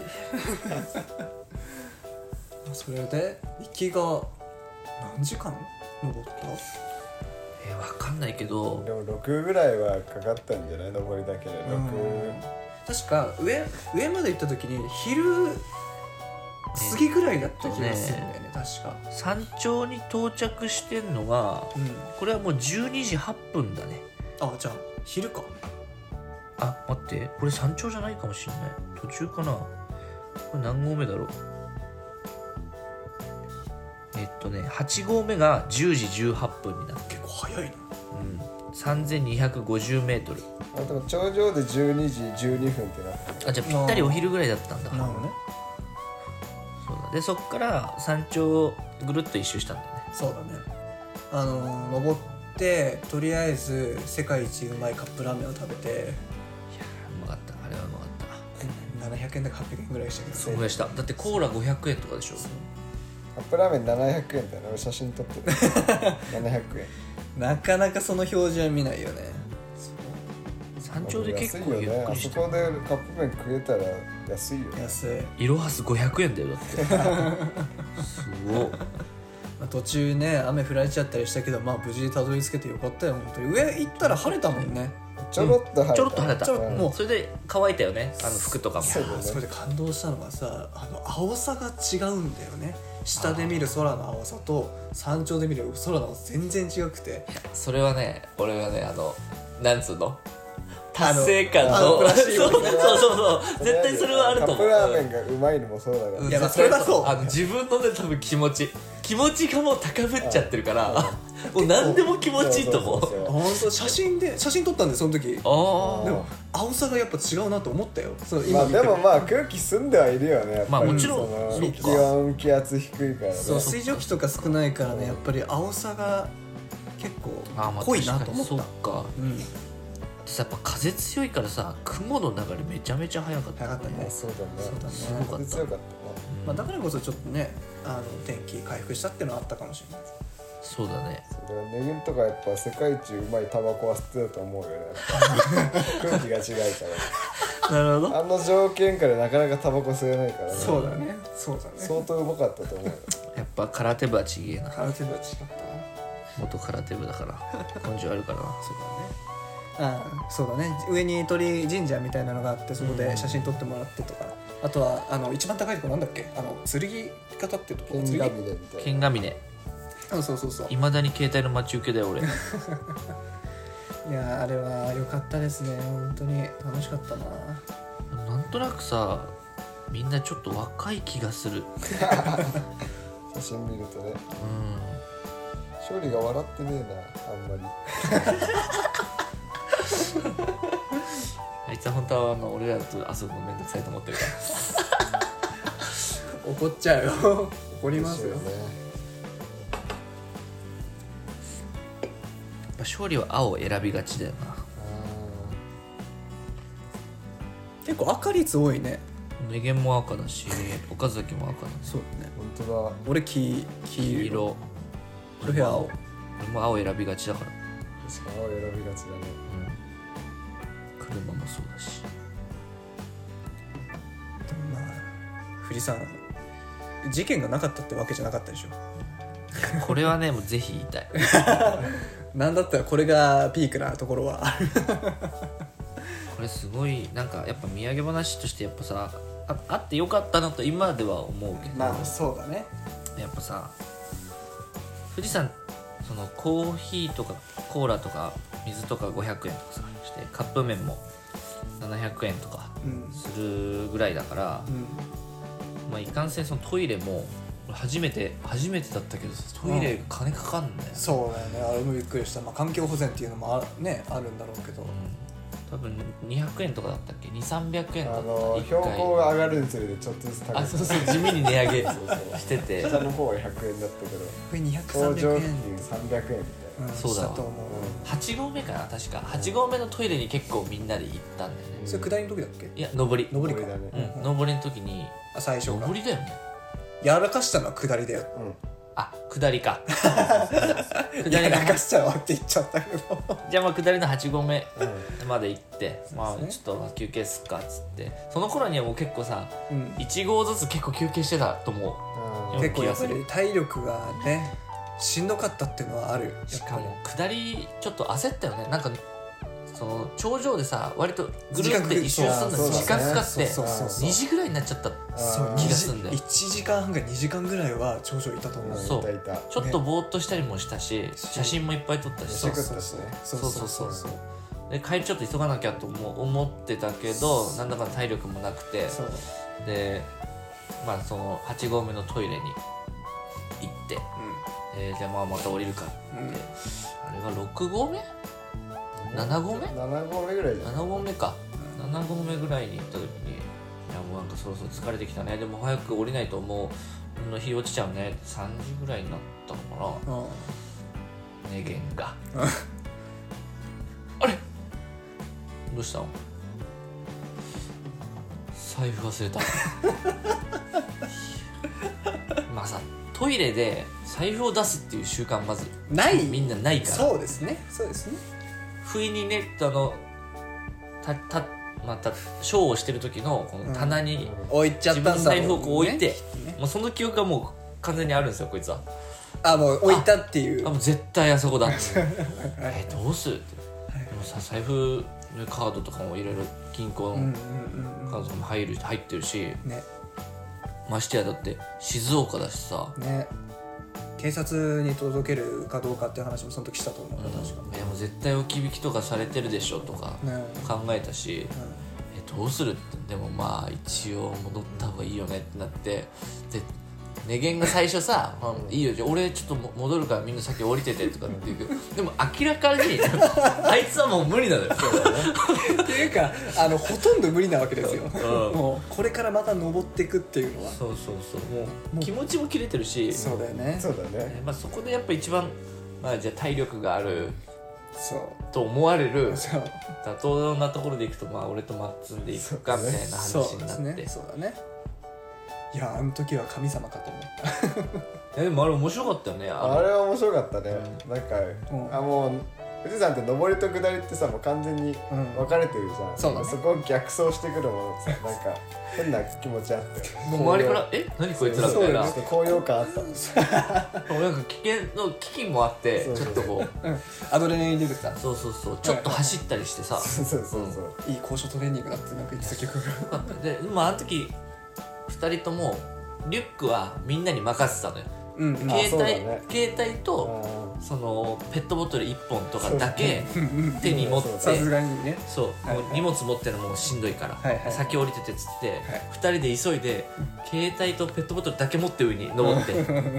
*laughs* それで行きが何時間登ったえー、わかんないけどでも6ぐらいはかかったんじゃない登りだけでうん6確か上上まで行った時に昼過ぎぐらいだった気がするんだよね確か山頂に到着してんのがうんこれはもう12時8分だねあじゃあ昼かあ待ってこれ山頂じゃないかもしれない途中かなこれ何合目だろうえっとね8合目が10時18分になる、結構早いねうん、3250m あでも頂上で12時12分ってなってあじゃあぴったりお昼ぐらいだったんだそうだでそっから山頂をぐるっと一周したんだよねそうだねあの登ってとりあえず世界一うまいカップラーメンを食べていやーうまかったあれはうまかった700円だか800円ぐらいでしたけどそうでしただってコーラ500円とかでしょカップラーメン700円だよね俺写真撮って *laughs* る700円なかなかその表示は見ないよね山頂で結構安いゆよねっくありしそたこでカップ麺食えたら安いよね安い、いろはす500円だよだって *laughs* すごっまあ、途中ね雨降られちゃったりしたけどまあ無事にたどり着けてよかったよ本当に上行ったら晴れたもんねちょろっと入ちょろっと晴れたちょろもうそれで乾いたよねあの服とかもいやーそれで感動したのがさあの青さが違うんだよね下で見る空の青さと山頂で見る空の青さ全然違くてそれはね俺はねあのなんつうのあ達の成感あのそのプうラスそうチッそうクのそう絶対それはあると思カッうプラーメンがうまいのもそうだから、うんいやまあ絶対それはそうあの自分のね多分気持ち気持ちがもう高ぶっちゃってるから、もう何でも気持ちいいと思そううそうそう本当写真で写真撮ったんでその時あでも青さがやっぱ違うなと思ったよそうま今あ見でてもまあ空気澄んではいるよねやっぱりまあもちろんそそのうか気温気圧低いからねそう水蒸気とか少ないからねやっぱり青さが結構ああまあ濃いなと思った確かにそっかうんでさやっぱ風強いからさ雲の流れめちゃめちゃ速かった早かったまあね、そうだねそうだねすごかった強かっまあ、だからこそちょっとねあの天気回復したっていうのはあったかもしれないそうだねたなそれからネギンとかやっぱ世界一うまいタバコは吸ってたと思うよね空気が違うかなるほどらあの条件下でなかなかタバコ吸えないからねそうだねそうだね相当うまかったと思うよやっぱ空手部はちげえな空手とは違ったな *laughs* 元空手部だから根性あるからなそこはねあーそうだね上に鳥神社みたいなのがあってそこで写真撮ってもらってとか、あとはあの一番高いとこなんだっけあの剣が立ってるとこ剣剣神でみたいな剣ヶ峰うんそうそうそういまだに携帯の待ち受けだよ俺いやーあれは良かったですね本当に楽しかったななんとなくさみんなちょっと若い気がする写真見るとねう勝利が笑ってねえなあんまりんあいつは本当はあの俺らと遊ぶのめんどくさいと思ってるか怒っちゃう *laughs* よ怒りますよですねら勝利は青を選びがちだよな結構赤率多いね無限も赤だし岡崎も赤だしそうだね本当俺黄黄黄色色黒部青俺も青選びがちだから、だ確か青選びがちだねうん、車もそうだしまあ富士山事件がなかったってわけじゃなかったでしょこれはねもうぜひ言いたいなんだったらこれがピークなところはこれすごいなんかやっぱ土産話としてやっぱさああってよかったなと今では思うけど、まあそうだねやっぱさ富士山そのコーヒーとかコーラとか水とか500円とかさしてカップ麺も700円とかうんするぐらいだから、まあ、いかんせんそのトイレも俺初めて初めてだったけどさトイレ金かかんだよ、そうだよねあれもびっくりした、まあ、環境保全っていうのもあ,、ね、あるんだろうけどうん、多分200円とかだったっけ2300円だあったの一標高が上がるにつれてちょっとずつ高くあそうそう地味に値上げそうそうしてて下の方は100円だったけどこれ頂200300上円付近300円みたいな、んそうだわしたと思8合目かな確か8合目のトイレに結構みんなで行ったんだよねうそれ下りの時だっけいや上り上りこかれだねうん、上りの時にあ最初か上りだよねやらかしたのは下りだようんあ下り *laughs* か下やりらかかしちゃうわって言っちゃったけどじゃあまあ下りの8合目まで行って、まそうあでちすょっと休憩すっかっつってその頃にはもう結構さうん1合ずつ結構休憩してたと思うあ結構やっぱり体力がねしんどかったっていうのはあるよしかも下りちょっと焦ったよねなんかその頂上でさ割とぐるって一周するのに時時間間かかかかるってそうそうそう2時ぐらいになっちゃったそう気がすんだよ1時間半か2時間ぐらいは頂上いたと思う、うんそういたいたちょっとぼーっとしたりもしたし、写真もいっぱい撮ったしそうそうそうそうそうで帰りちょっと急がなきゃと思思ってたけどなんだか体力もなくてそうでまあその8合目のトイレに行って、えーじゃあまあまた降りるかって、うんあれが6合目7合目7合目ぐらいじゃん ?7 合目か7合目ぐらいに行った時にいやもうなんかそろそろ疲れてきたねでも早く降りないともうの日落ちちゃうね3時ぐらいになったのかなうんねげんがあれどうしたの財布忘れたまあさトイレで財布を出すっていう習慣まずないみんなないからそうですねそうですね不意にねあのたたまたショーをしてる時のこの棚に、置いちゃった自分んだもんのね財布をこう置いて、もうその記憶がもう完全にあるんですよこいつはあもう置いたっていうあもう絶対あそこだってえどうするってでもさ財布のカードとかもいろいろ銀行うんうんのうんカードとかも入る入ってるしうんねましてやだって静岡だしさね警察に届けるかどうかっていう話もその時したと思うな確かいやもう絶対置き引きとかされてるでしょとかね考えたしえどうするってでもまあ一応戻った方がいいよねってなってでネゲンが最初さ「まあ、いいよじゃあ俺ちょっとも戻るからみんな先降りてて」とかって言うけどでも明らかに *laughs* あいつはもう無理なのよっていうかあのほとんど無理なわけですようんもうこれからまた登っていくっていうのはそうそうそうもう気持ちも切れてるしそ,、そうだよねそうだねまあ、そこでやっぱ一番、まあ、じゃあ体力があるそうと思われるそう妥当なところでいくとまあ俺とマッツンでいくかみたいな話そうにでなっすて、ねそうだねいやあの時は神様かと思ったいやでもあれ面白かったよねあのあれは面白かったねなんかうんあもう富士山って上りと下りってさもう完全にうん分かれてるじゃん、そうだねこを逆走してくるものってさなんか変な気持ちあってもう周りから「え何こいつら」みたいなちょっと高揚感あったもうなんか危険の危機もあってそうちょそうっとこううんアドレナリン出てたそうそうそうちょっと走ったりしてさそうそうそうそう、いい交渉トレーニングだってなんか言ってた曲がよかったでまああの時2人ともリュックはみんなに任せてたのようんうんあ携そうだ帯、ね携帯とあそのペットボトル1本とかだけ手に持ってそうさすがにねそう、はいはいもう荷物持ってるのもうしんどいから、はいはい先降りててっつって、い二2人で急いで携帯とペットボトルだけ持って上に登 *laughs* って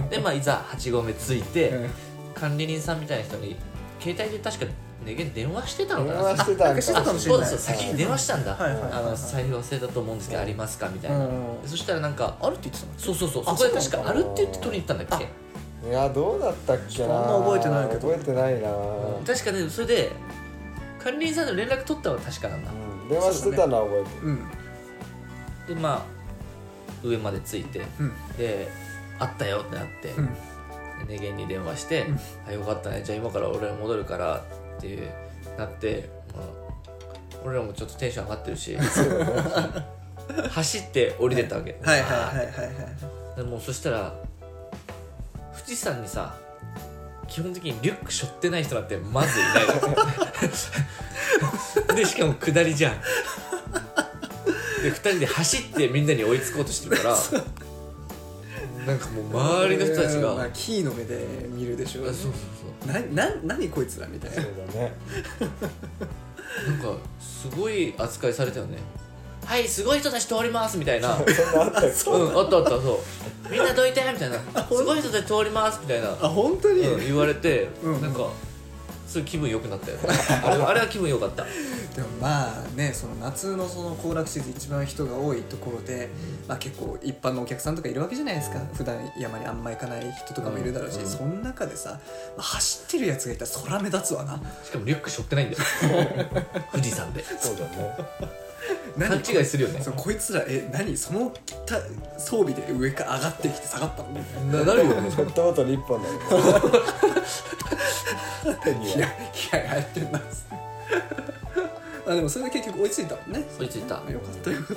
でまあいざ8合目着いて、うん管理人さんみたいな人に携帯で確か電源電話してたーのか電な話してたんあだしてたかもしれそうなでいす先に電話したんだ、はいはいはいはいあの財布忘れたと思うんですけど、ありますかみたいな、うんそしたらなんかあるって言ってたのそうそうそうそあこでそう確なかのあるって言って取りに行ったんだっけいやどうだったっけなそんな覚えてないけど覚えてないな、確かねそれで管理人さんと連絡取ったのは確かなんだうん、電話してたのは覚えてる、うんでまあ上まで着いてうんで「あったよ」ってなって、うんでネゲンに電話してうん「あよかったねじゃあ今から俺ら戻るから」っていうなって、まあ、俺らもちょっとテンション上がってる *laughs* し *laughs* 走って降りてったわけはいはいはいはいはいでもうそしたら富士山にさ基本的にリュック背負ってない人なんてまずいない *laughs* でしかも下りじゃんで2人で走ってみんなに追いつこうとしてる *laughs* からなんかもう周りの人たちが、うんまあキーの目で見るでしょそうそうなな何こいつらみたいなそうだねそうなんかすごい扱いされたよねはいすごい人たち通りますみたいなそんなあったっけうんあったあったそうみんなどいてみ *laughs* たいなすごい人たち通りますみたいなあ本当に、うん、言われて、うんなんかすごい気分良くなったよ *laughs* あれはあれは気分良かったでもまあねその夏のその行楽シーズン一番人が多いところで、まあ、結構一般のお客さんとかいるわけじゃないですか普段山にあんま行かない人とかもいるだろううし、んうんその中でさ、まあ走ってるやつがいたらそら目立つわなしかもリュック背負ってないんだ *laughs* よ富士山でそうだね勘何違いするよねそうこいつらえ何そのた装備で上から上がってきて下がったのみたいなななるよねペットボトル一本だよ手にいやはいややってんな *laughs* あでもそれで結局追いついたもんね追いついたよかったよかった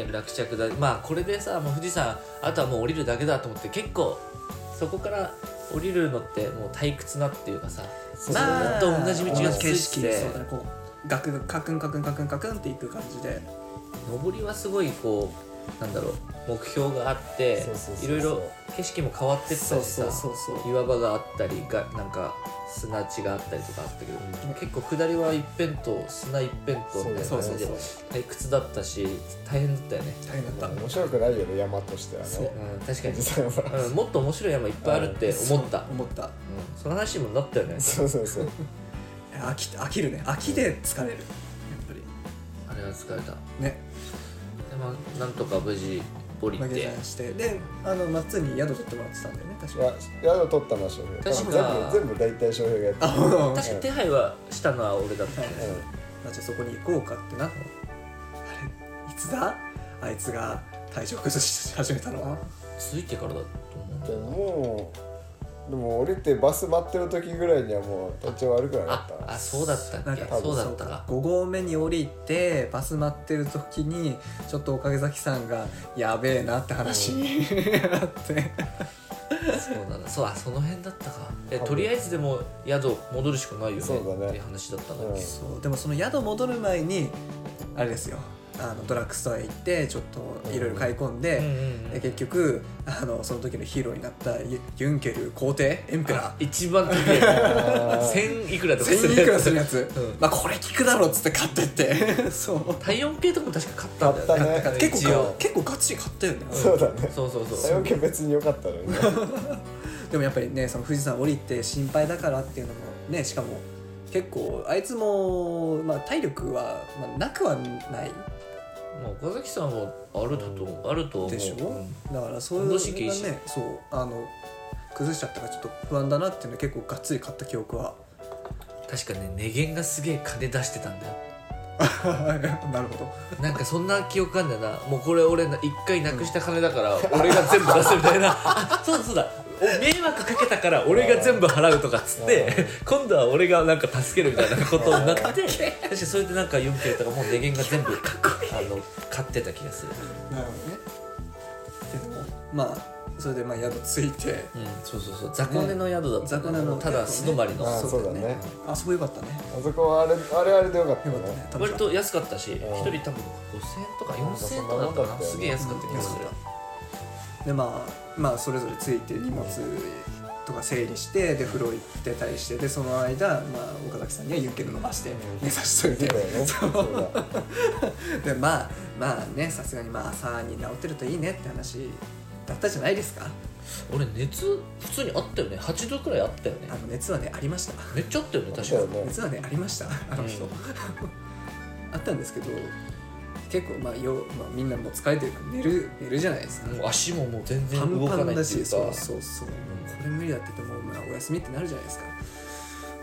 一見落着だまあこれでさもう富士山あとはもう降りるだけだと思って結構そこから降りるのってもう退屈なっていうかさずうそうーっと同じ道が続景い色ててそうだねこうガクガクカクンカクンカクンカクンっていく感じで上りはすごいこうなんだろう目標があってそうそうそうそういろいろ景色も変わってったりさそうそうそうそう岩場があったりがなんか砂地があったりとかあったけど、結構下りは一辺倒砂一辺倒みたいなそう感そじでうそう退屈だったし大変だったよね、大変だった面白くないよね山としてはねそううん、確かに富士、山はうん、もっと面白い山いっぱいあるって思った、思ったいうん、その話にもなったよねそうそうそうや飽き飽きるね飽きで疲れるやっぱりあれは疲れたでねまあなんとか無事降り負けて算してであの松に宿取ってもらってたんだよね確いかや宿取ったのは翔平確か全部全部大体翔平がやってあほら確か手配はしたのは俺だったけど、るまあじゃあそこに行こうかってなあれいつだあいつが体調崩し始めたのは着いてからだと思ううんでもうでも降りてバス待ってる時ぐらいにはもう体調悪くなかあっあそうだったなっんけかそうだったか5合目に降りてバス待ってる時にちょっとおかげ崎さんがやべえなって話になってそうだなそうあその辺だったかえとりあえずでも宿戻るしかないよねそうだねっていう話だったのうんに、そうでもその宿戻る前にあれですよあのドラッグストアへ行ってちょっといろいろ買い込んで、うんで結局あのその時のヒーローになったユユンケル皇帝エンペラあ一番高いやつた千いくらーとか1000いくらするやつ、うんまあこれ効くだろっつって買ってっ *laughs* てそう体温計とかも確か買ったんだよね買った買ねった結一応構結構ガチで買ったよね、んそうだねそうそうそう体温計別に良かったのにねでもやっぱりねその富士山降りて心配だからっていうのもねしかも結構あいつも、まあ、体力は、まあ、なくはないまあ岡崎さんはあるだと思うあると思うでしょ、うんだからそういう運の動神経いいしがねそうあの崩しちゃったからちょっと不安だなっていうの *laughs* は結構がっつり買った記憶は確かね値源がすげえ金出してたんだよなるほどなんかそんな記憶あんだよなもうこれ俺な一回なくした金だから俺が全部出すみたいなあ *laughs* そうだそうだお迷惑かけたから俺が全部払うとかっつって今度は俺がなんか助けるみたいなことに *laughs* なって確かにそれでなんか4件とかもう値源が全部あの買ってた気がするなるほどねでもまあそれでまあ宿ついてうんそうそうそう雑魚寝の宿だった雑魚寝のただ素泊まりのあそうだねあそこよかったねあそこはあれあれあれでよかったよよかったねね割と安かったし一ん人多分5000円とか4000円とかだったかなすげえ安かった気がするでまあまあそれぞれついて荷物とか整理してで風呂行ってたりしてでその間、まあ、岡崎さんには湯気を伸ばして寝さしといて、そうだよねそうだでまあまあねさすがにまあ朝に治ってるといいねって話だったじゃないですか俺熱普通にあったよね8度くらいあったよねあの熱はねありましためっちゃあったよね確かそうにだよね熱はねありましたあの人、うん *laughs* あったんですけど結構まあよ、まあ、みんなもう疲れてるから寝る寝るじゃないですか、もう足ももう全パ然ン動パかないっンてだいしうかそうそうそう、これ無理だって言ってもまあお休みってなるじゃないですか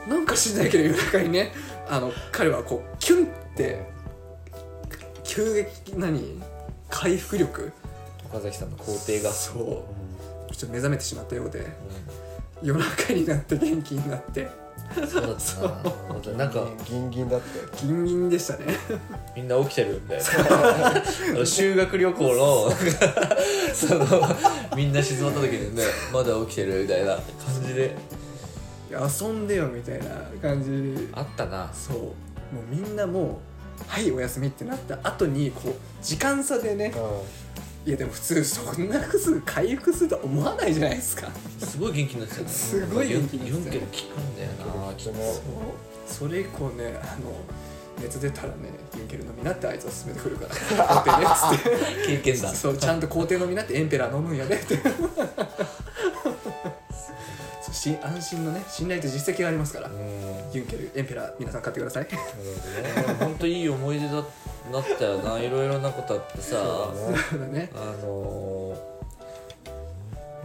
なんか知んないけど夜中にねあの彼はこうキュンって急激なに回復力岡崎さんの工程がそうちょっと目覚めてしまったようで夜中になって元気になってうんそうだったななんかねギンギンだってギンギンでしたねみんな起きてるみたい *laughs* な修学旅行の *laughs* そのみんな静まった時にねまだ起きてるみたいな感じで遊んでよみたいな感じあったなそうもうみんなもうはいお休みってなった後にこう時間差でねういやでも普通そんなすぐ回復するとは思わないじゃないですかすごい元気になってたねすごい元気にな4ってたキロ効くんだよなきっんとでもそれ以降ねあの熱出たらねユンケル飲みなってあいつは勧めてくるから工程ねっつっ経験てだそうちゃんと工程飲みなってエンペラー飲むんやでってそうし安心のね信頼と実績がありますから、うんユンケルエンペラー皆さん買ってくださいなるほどね本当いい思い出だなったよないろいろなことあってさそうだねあのー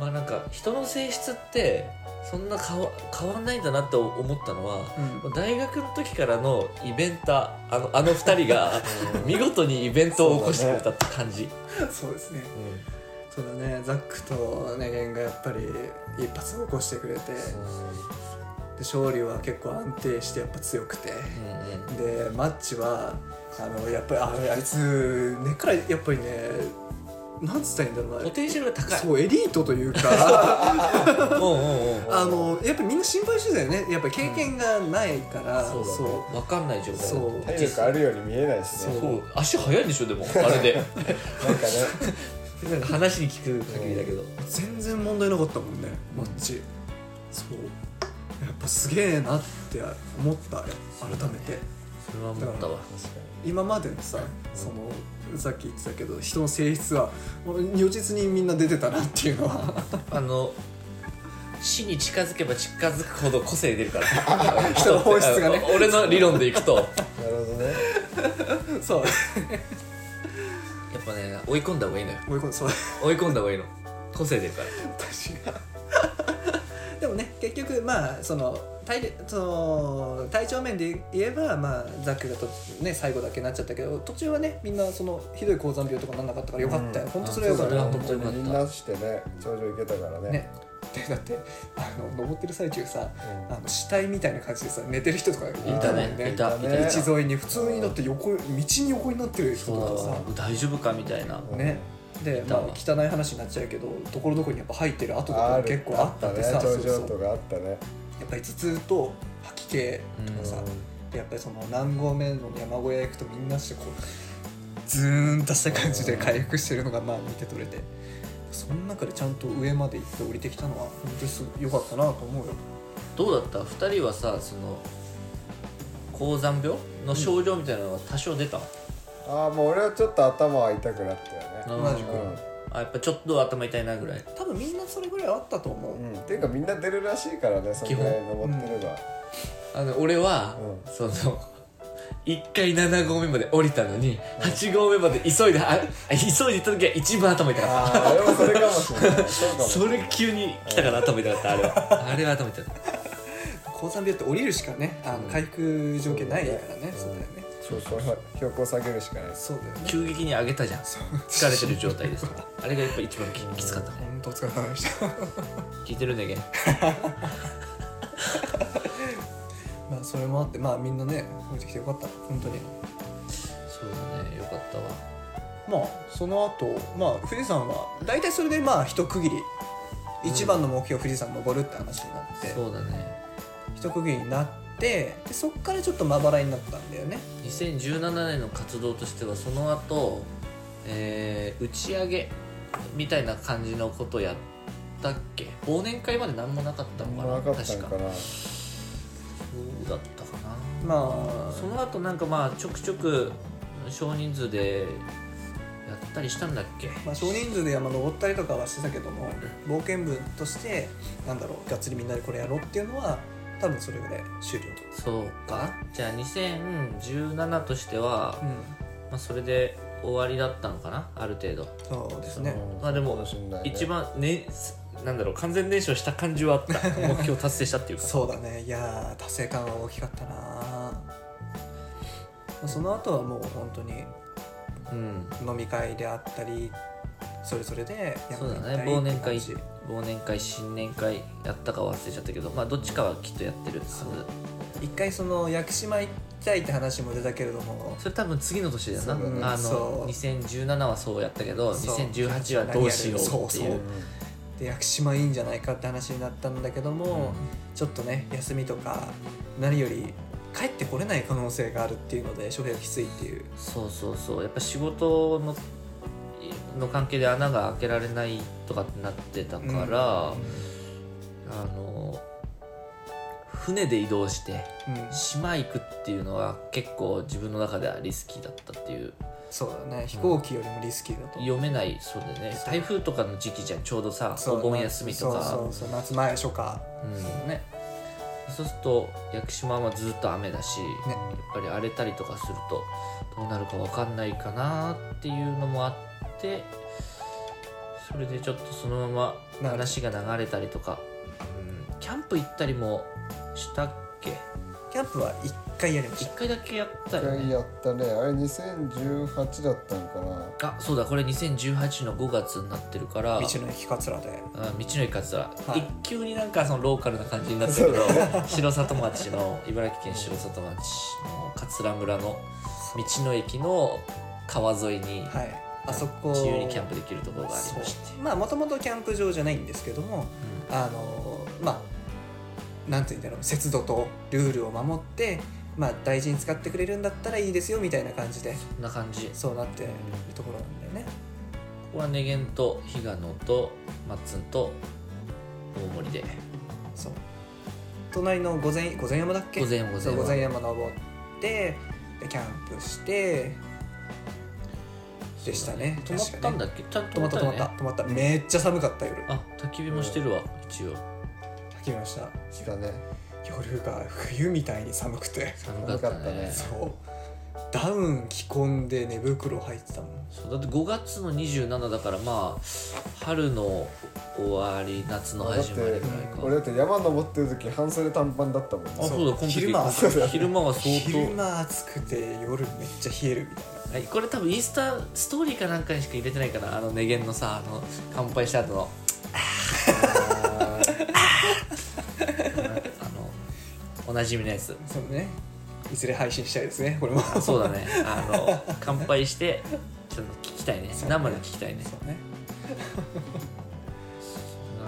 まあなんか人の性質ってそんな変わ変わんないんだなって思ったのは、うん大学の時からのイベンターあのあの2人が *laughs* 見事にイベントを起こしてくれたって感じ、そうですねうそんうだねザックとねゲンがやっぱり一発起こしてくれてで勝利は結構安定してやっぱ強くて、うんうんでマッチはあのやっぱりあれあいつ根っからやっぱりねなんつったらいいんだろうポなテンシャルが高いそうエリート *laughs* というかうんうんうんあのやっぱりみんな心配してたよねやっぱり経験がないから、そうだそうね分かんない状態そう体力あるように見えないしそねう足速いんでしょでもあれ *laughs* でなんかねなんか話に聞く限りだけど、全然問題なかったもんねマッチ、そうやっぱすげえなって思った改めて、それは思ったわ今までのさそのさっき言ってたけど人の性質はもう如実にみんな出てたなっていうのは *laughs* あの死に近づけば近づくほど個性出るから *laughs* 人の本質がねあの *laughs* 俺の理論でいくとやっなるほどねそうぱね追い込んだ方がいいのよもう一個そう追い込んだ方がいいの個性出るから確かに *laughs* でもね結局まあその体力その体調面で言えば、まあ、ザックがと、ね、最後だけなっちゃったけど途中はねみんなそのひどい高山病とかなんなかったからよかったよ、うんほん、本当それはよかったあなそうとだね思っ本当にみんなしてね頂上行けたからてねねでだってあの登ってる最中さ、あの死体みたいな感じでさ寝てる人とかいたもんいたねいたいねたいた道沿いに普通にだって横道に横になってる人とかさそう大丈夫かみたいなうんねでいたまあわ汚い話になっちゃうけどところどころにやっぱ入ってる跡とあかる結構あったってさあったそうねそう頂上とかあったねやっぱり頭痛と吐き気とかさ、でやっぱりその何合目の山小屋行くとみんなしてこうズーンとした感じで回復してるのがまあ見て取れてその中でちゃんと上まで行って降りてきたのは本当にすごい良かったなと思うよどうだった二人はさその高山病の症状みたいなのは多少出た、ああもう俺はちょっと頭は痛くなったよねマジうかんあやっぱちょっと頭痛いなぐらい多分みんなそれぐらいはあったと思う、うんっていうかみんな出るらしいからねそのぐらい登ってればあの俺は、うその1回7合目まで降りたのに、8合目まで急いであ急いで行った時は一番頭痛かったああ俺もそれかもしれないそうかもしれそれ急に来たから頭痛かったあれはあれは頭痛かった高山病って降りるしかねあの回復条件ないからね、うんそうだよね、標高は標高下げるしかないですそうだよね急激に上げたじゃん疲れてる状態ですからあれがやっぱ一番ききつかったね本当疲れ様でした *laughs* 聞いてるんだけどまあそれもあってまあみんなね降りてきてよかった本当にそうだねよかったわまあその後まあ富士山は大体それでまあ一区切り一番の目標富士山登るって話になって、そうだね一区切りになってでそっからちょっとまばらになったんだよね2017年の活動としてはその後、えー打ち上げみたいな感じのことやったっけ忘年会まで何もなかったのかななかった確んかかなそうだったかなまその後なんかまあちょくちょく少人数でやったりしたんだっけあ、まあ、少人数で山登ったりとかはしてたけども冒険部としてなんだろうがっつりみんなでこれやろうっていうのは多分それぐらい終了そうかじゃあ2017としては、うんまあ、それで終わりだったのかなある程度そうですねうんまあでもかしんないね一番ねなんだろう完全燃焼した感じはあ *laughs* った目標達成したっていうかそうだねいやー達成感は大きかったなまあその後はもう本当にうん飲み会であったりそれぞれでそうだ行ったねり忘年会って感忘年会新年会やったか忘れちゃったけどまあどっちかはきっとやってるはずじ一回その屋久島行きたいって話も出たけれどもそれ多分次の年だよな、そうだねあそのう2017はそうやったけどそう2018はどうしようってそういそううで屋久島いいんじゃないかって話になったんだけども、ちょっとね休みとか何より帰ってこれない可能性があるっていうので翔平がきついっていうそうそうそうやっぱ仕事のの関係で穴が開けられないとかってなってたから、うんあの船で移動してうん島行くっていうのは結構自分の中ではリスキーだったっていうそうだね飛行機よりもリスキーだと、読めないそうだよね台風とかの時期じゃんちょうどさそうおだね盆休みとかそうそうそう夏前初夏うんねそうすると屋久島はずっと雨だし、やっぱり荒れたりとかするとどうなるか分かんないかなっていうのもあってそれでちょっとそのままなる話が流れたりとか、うん、キャンプ行ったりもしたっけキャンプは一回やりまし一た回だけやった一よ回ねやったねあれ2018だったのかなあそうだこれ2018の5月になってるから道の駅桂であ道の駅かつら、はい一級になんかそのローカルな感じになったけど、 *laughs* *laughs* 城里町の茨城県城里町の桂村の道の駅の川沿いにはいあそこ自由にキャンプできるところがありましてそうまあもともとキャンプ場じゃないんですけどもあのまあなんて言うんだろう節度とルールを守ってまあ大事に使ってくれるんだったらいいですよみたいな感じでこんな感じこそうなってるところなんだよねこは根源と比嘉野とマッツンと大森でそう隣の御前御前山だっけ午前午そう前御は前山登ってでキャンプしてでしたね泊まったんだっけちゃんと泊まった泊よまっねた泊まっためっちゃ寒かった夜焚あ焚き火もしてるわ一応きましたしたね夜が冬みたいに寒くて寒かったね寒かったねそうダウン着込んで寝袋入ってたもんそうだって5月の27だからまあ春の終わり夏の始まりぐらいか俺だって山登ってる時半袖短パンだったもんねあそうだこの時昼間はそうだね昼間は相昼間暑くて夜めっちゃ冷えるみたいな当はいこれ多分インスタストーリーかなんかにしか入れてないかなあのネゲンのさあの乾杯した後のあのおなじみのやつそのねいずれ配信したいですねこれもあそうだねあの乾杯してちょっと聞きたいね生で聞きたいねそうね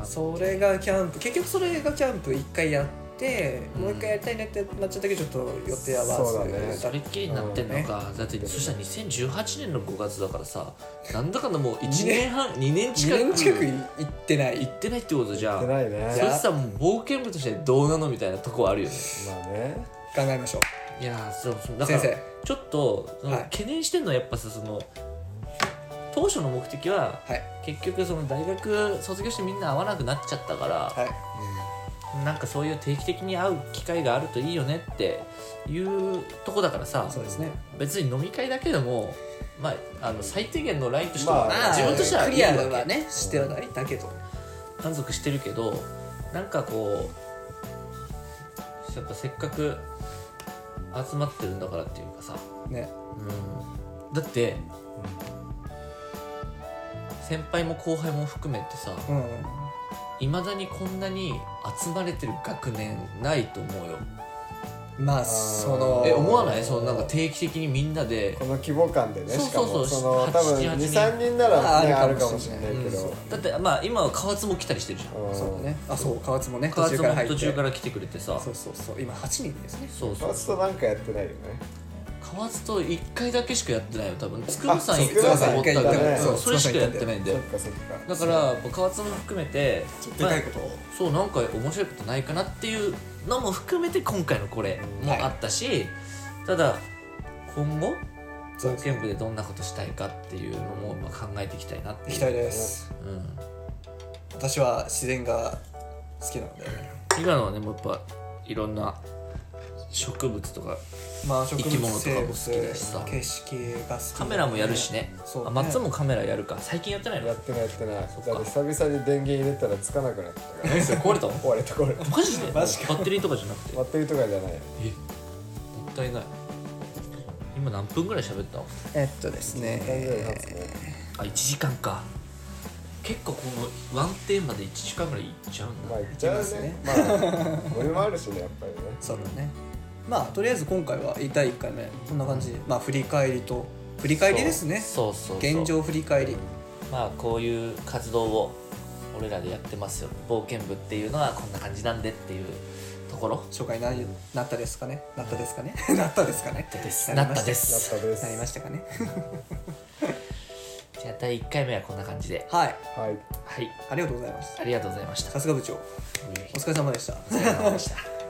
それがキャンプ結局それがキャンプ一回やって、もう一回やりたいねってなっちゃったけどちょっと予定合わずそうだねそれっきりになってんのか、だってそしたら2018年の5月だからさなんだかんだもう1年半2年近2く年近く行ってない行ってないってことじゃん行ってないねそれさもう冒険部としてどうなのみたいなとこあるよねまあね考えましょいやーそうそうだうから先生ちょっとそのはい懸念してんのはやっぱさその当初の目的ははい結局その大学卒業してみんな会わなくなっちゃったから、はいなんかそういう定期的に会う機会があるといいよねっていうとこだからさそうですね別に飲み会だけでも、まあ、あの最低限のラインとしては、まあ自分としてはいクいリアわけはねしてはないだけど満足してるけどなんかこうやっぱせっかく集まってるんだからっていうかさねだって、先輩も後輩も含めてさうんいまだにこんなに集まれてる学年ないと思うよまあーそのえ思わないそのなんか定期的にみんなでこの規模感でねそうしかそもうそうその多分7 8 23人なまあらねああるるかかももししれれなないいけどだってまあ今は河津も来たりしてるじゃんうんそうだねあそう河津もね途河中津かもら入って途中から来てくれてさそうそうそう今8人ですねそうファそーうストなんかやってないよね河津と1回だけしかやってないよ多分筑波山あ行くかと思った筑波山一回行ったらねそうそそうれしかやってないんだそよっかそっかだから河津も含めてでかいことをそうなんか面白いことないかなっていうのも含めて今回のこれもあったし、ただ今後そう冒険部でどんなことしたいかっていうのもまあ考えていきたいなって行いきうたいですうん、私は自然が好きなので今のはねもうやっぱいろんな植物とかまあ植生き物物とか生も物好きだしさ景色が好きカメラもやるしねそうあね松もカメラやるか最近やってないのやってないやってないだっそってか久々に電源入れたらつかなくなったから壊れたの壊れた壊れたマジでマジかバッテリーとかじゃなくてバッテリーとかじゃないえもったいない今何分ぐらい喋ったのえっとです大丈夫なんねですねあ1時間か結構このワンテーマで1時間ぐらいいっちゃうんだまあ行っちゃうねまあ俺もあるしねやっぱりねそうだねまあとりあえず今回は第1回目こんな感じでまあ振り返りと振り返りですねそうそうそう現状振り返りまあこういう活動を俺らでやってますよ冒険部っていうのはこんな感じなんでっていうところ紹介ななったですかねなったですかね *laughs* なったですかねですななりまっしたでやすったですなりましたかねじゃあ第1回目はこんな感じではいはいはいありがとうございましありがとうございましたさすが部長お疲れ様でしたお疲れ様でした